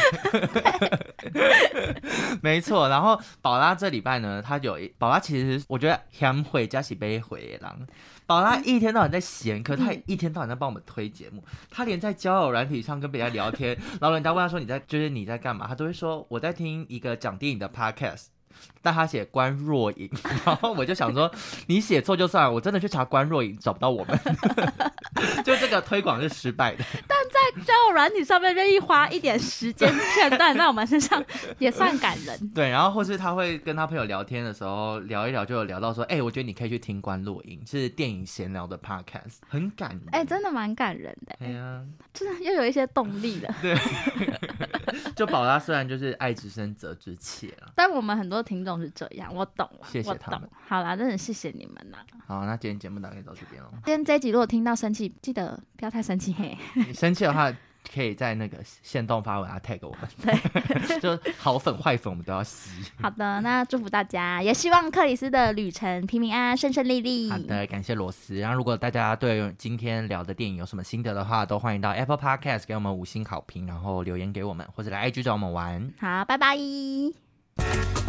Speaker 1: *laughs* 没错。然后宝拉这礼拜呢，她有一宝拉其实我觉得很会加起杯回狼。宝拉一天到晚在闲，可她也一天到晚在帮我们推节目。她连在交友软体上跟别人聊天，然后人家问她说你在就是你在干嘛，她都会说我在听一个讲电影的 podcast。但她写关若影， *laughs* 然后我就想说，你写错就算了，我真的去查关若影找不到我们， *laughs* 就这个推广是失败的。
Speaker 2: 交友软体上面愿意花一点时间
Speaker 1: *laughs*
Speaker 2: 片段在我们身上，也算感人。
Speaker 1: 对，然后或是他会跟他朋友聊天的时候聊一聊，就有聊到说，哎、我觉得你可以去听关洛音，是电影闲聊的 podcast，很感人。
Speaker 2: 哎、真的蛮感人的，
Speaker 1: 对啊呀、
Speaker 2: 真的又有一些动力
Speaker 1: *laughs*
Speaker 2: 了。
Speaker 1: 就宝拉虽然就是爱之深责之切了。
Speaker 2: 但我们很多听众是这样，我懂了，
Speaker 1: 谢谢
Speaker 2: 我
Speaker 1: 他们
Speaker 2: 懂。好啦，真的谢谢你们呐、
Speaker 1: 好，那今天节目大概到这边了。
Speaker 2: 今天这一集如果听到生气，记得不要太生气嘿。
Speaker 1: 你生气的话，可以在那个线动发文啊 tag 我们。对， *laughs* 就好粉坏粉我们都要吸。
Speaker 2: 好的，那祝福大家，也希望克里斯的旅程平平安安、顺顺利利。
Speaker 1: 好的，感谢罗斯。然后，如果大家对今天聊的电影有什么心得的话，都欢迎到 Apple Podcast 给我们五星好评，然后留言给我们，或者来 IG 找我们玩。
Speaker 2: 好，拜拜。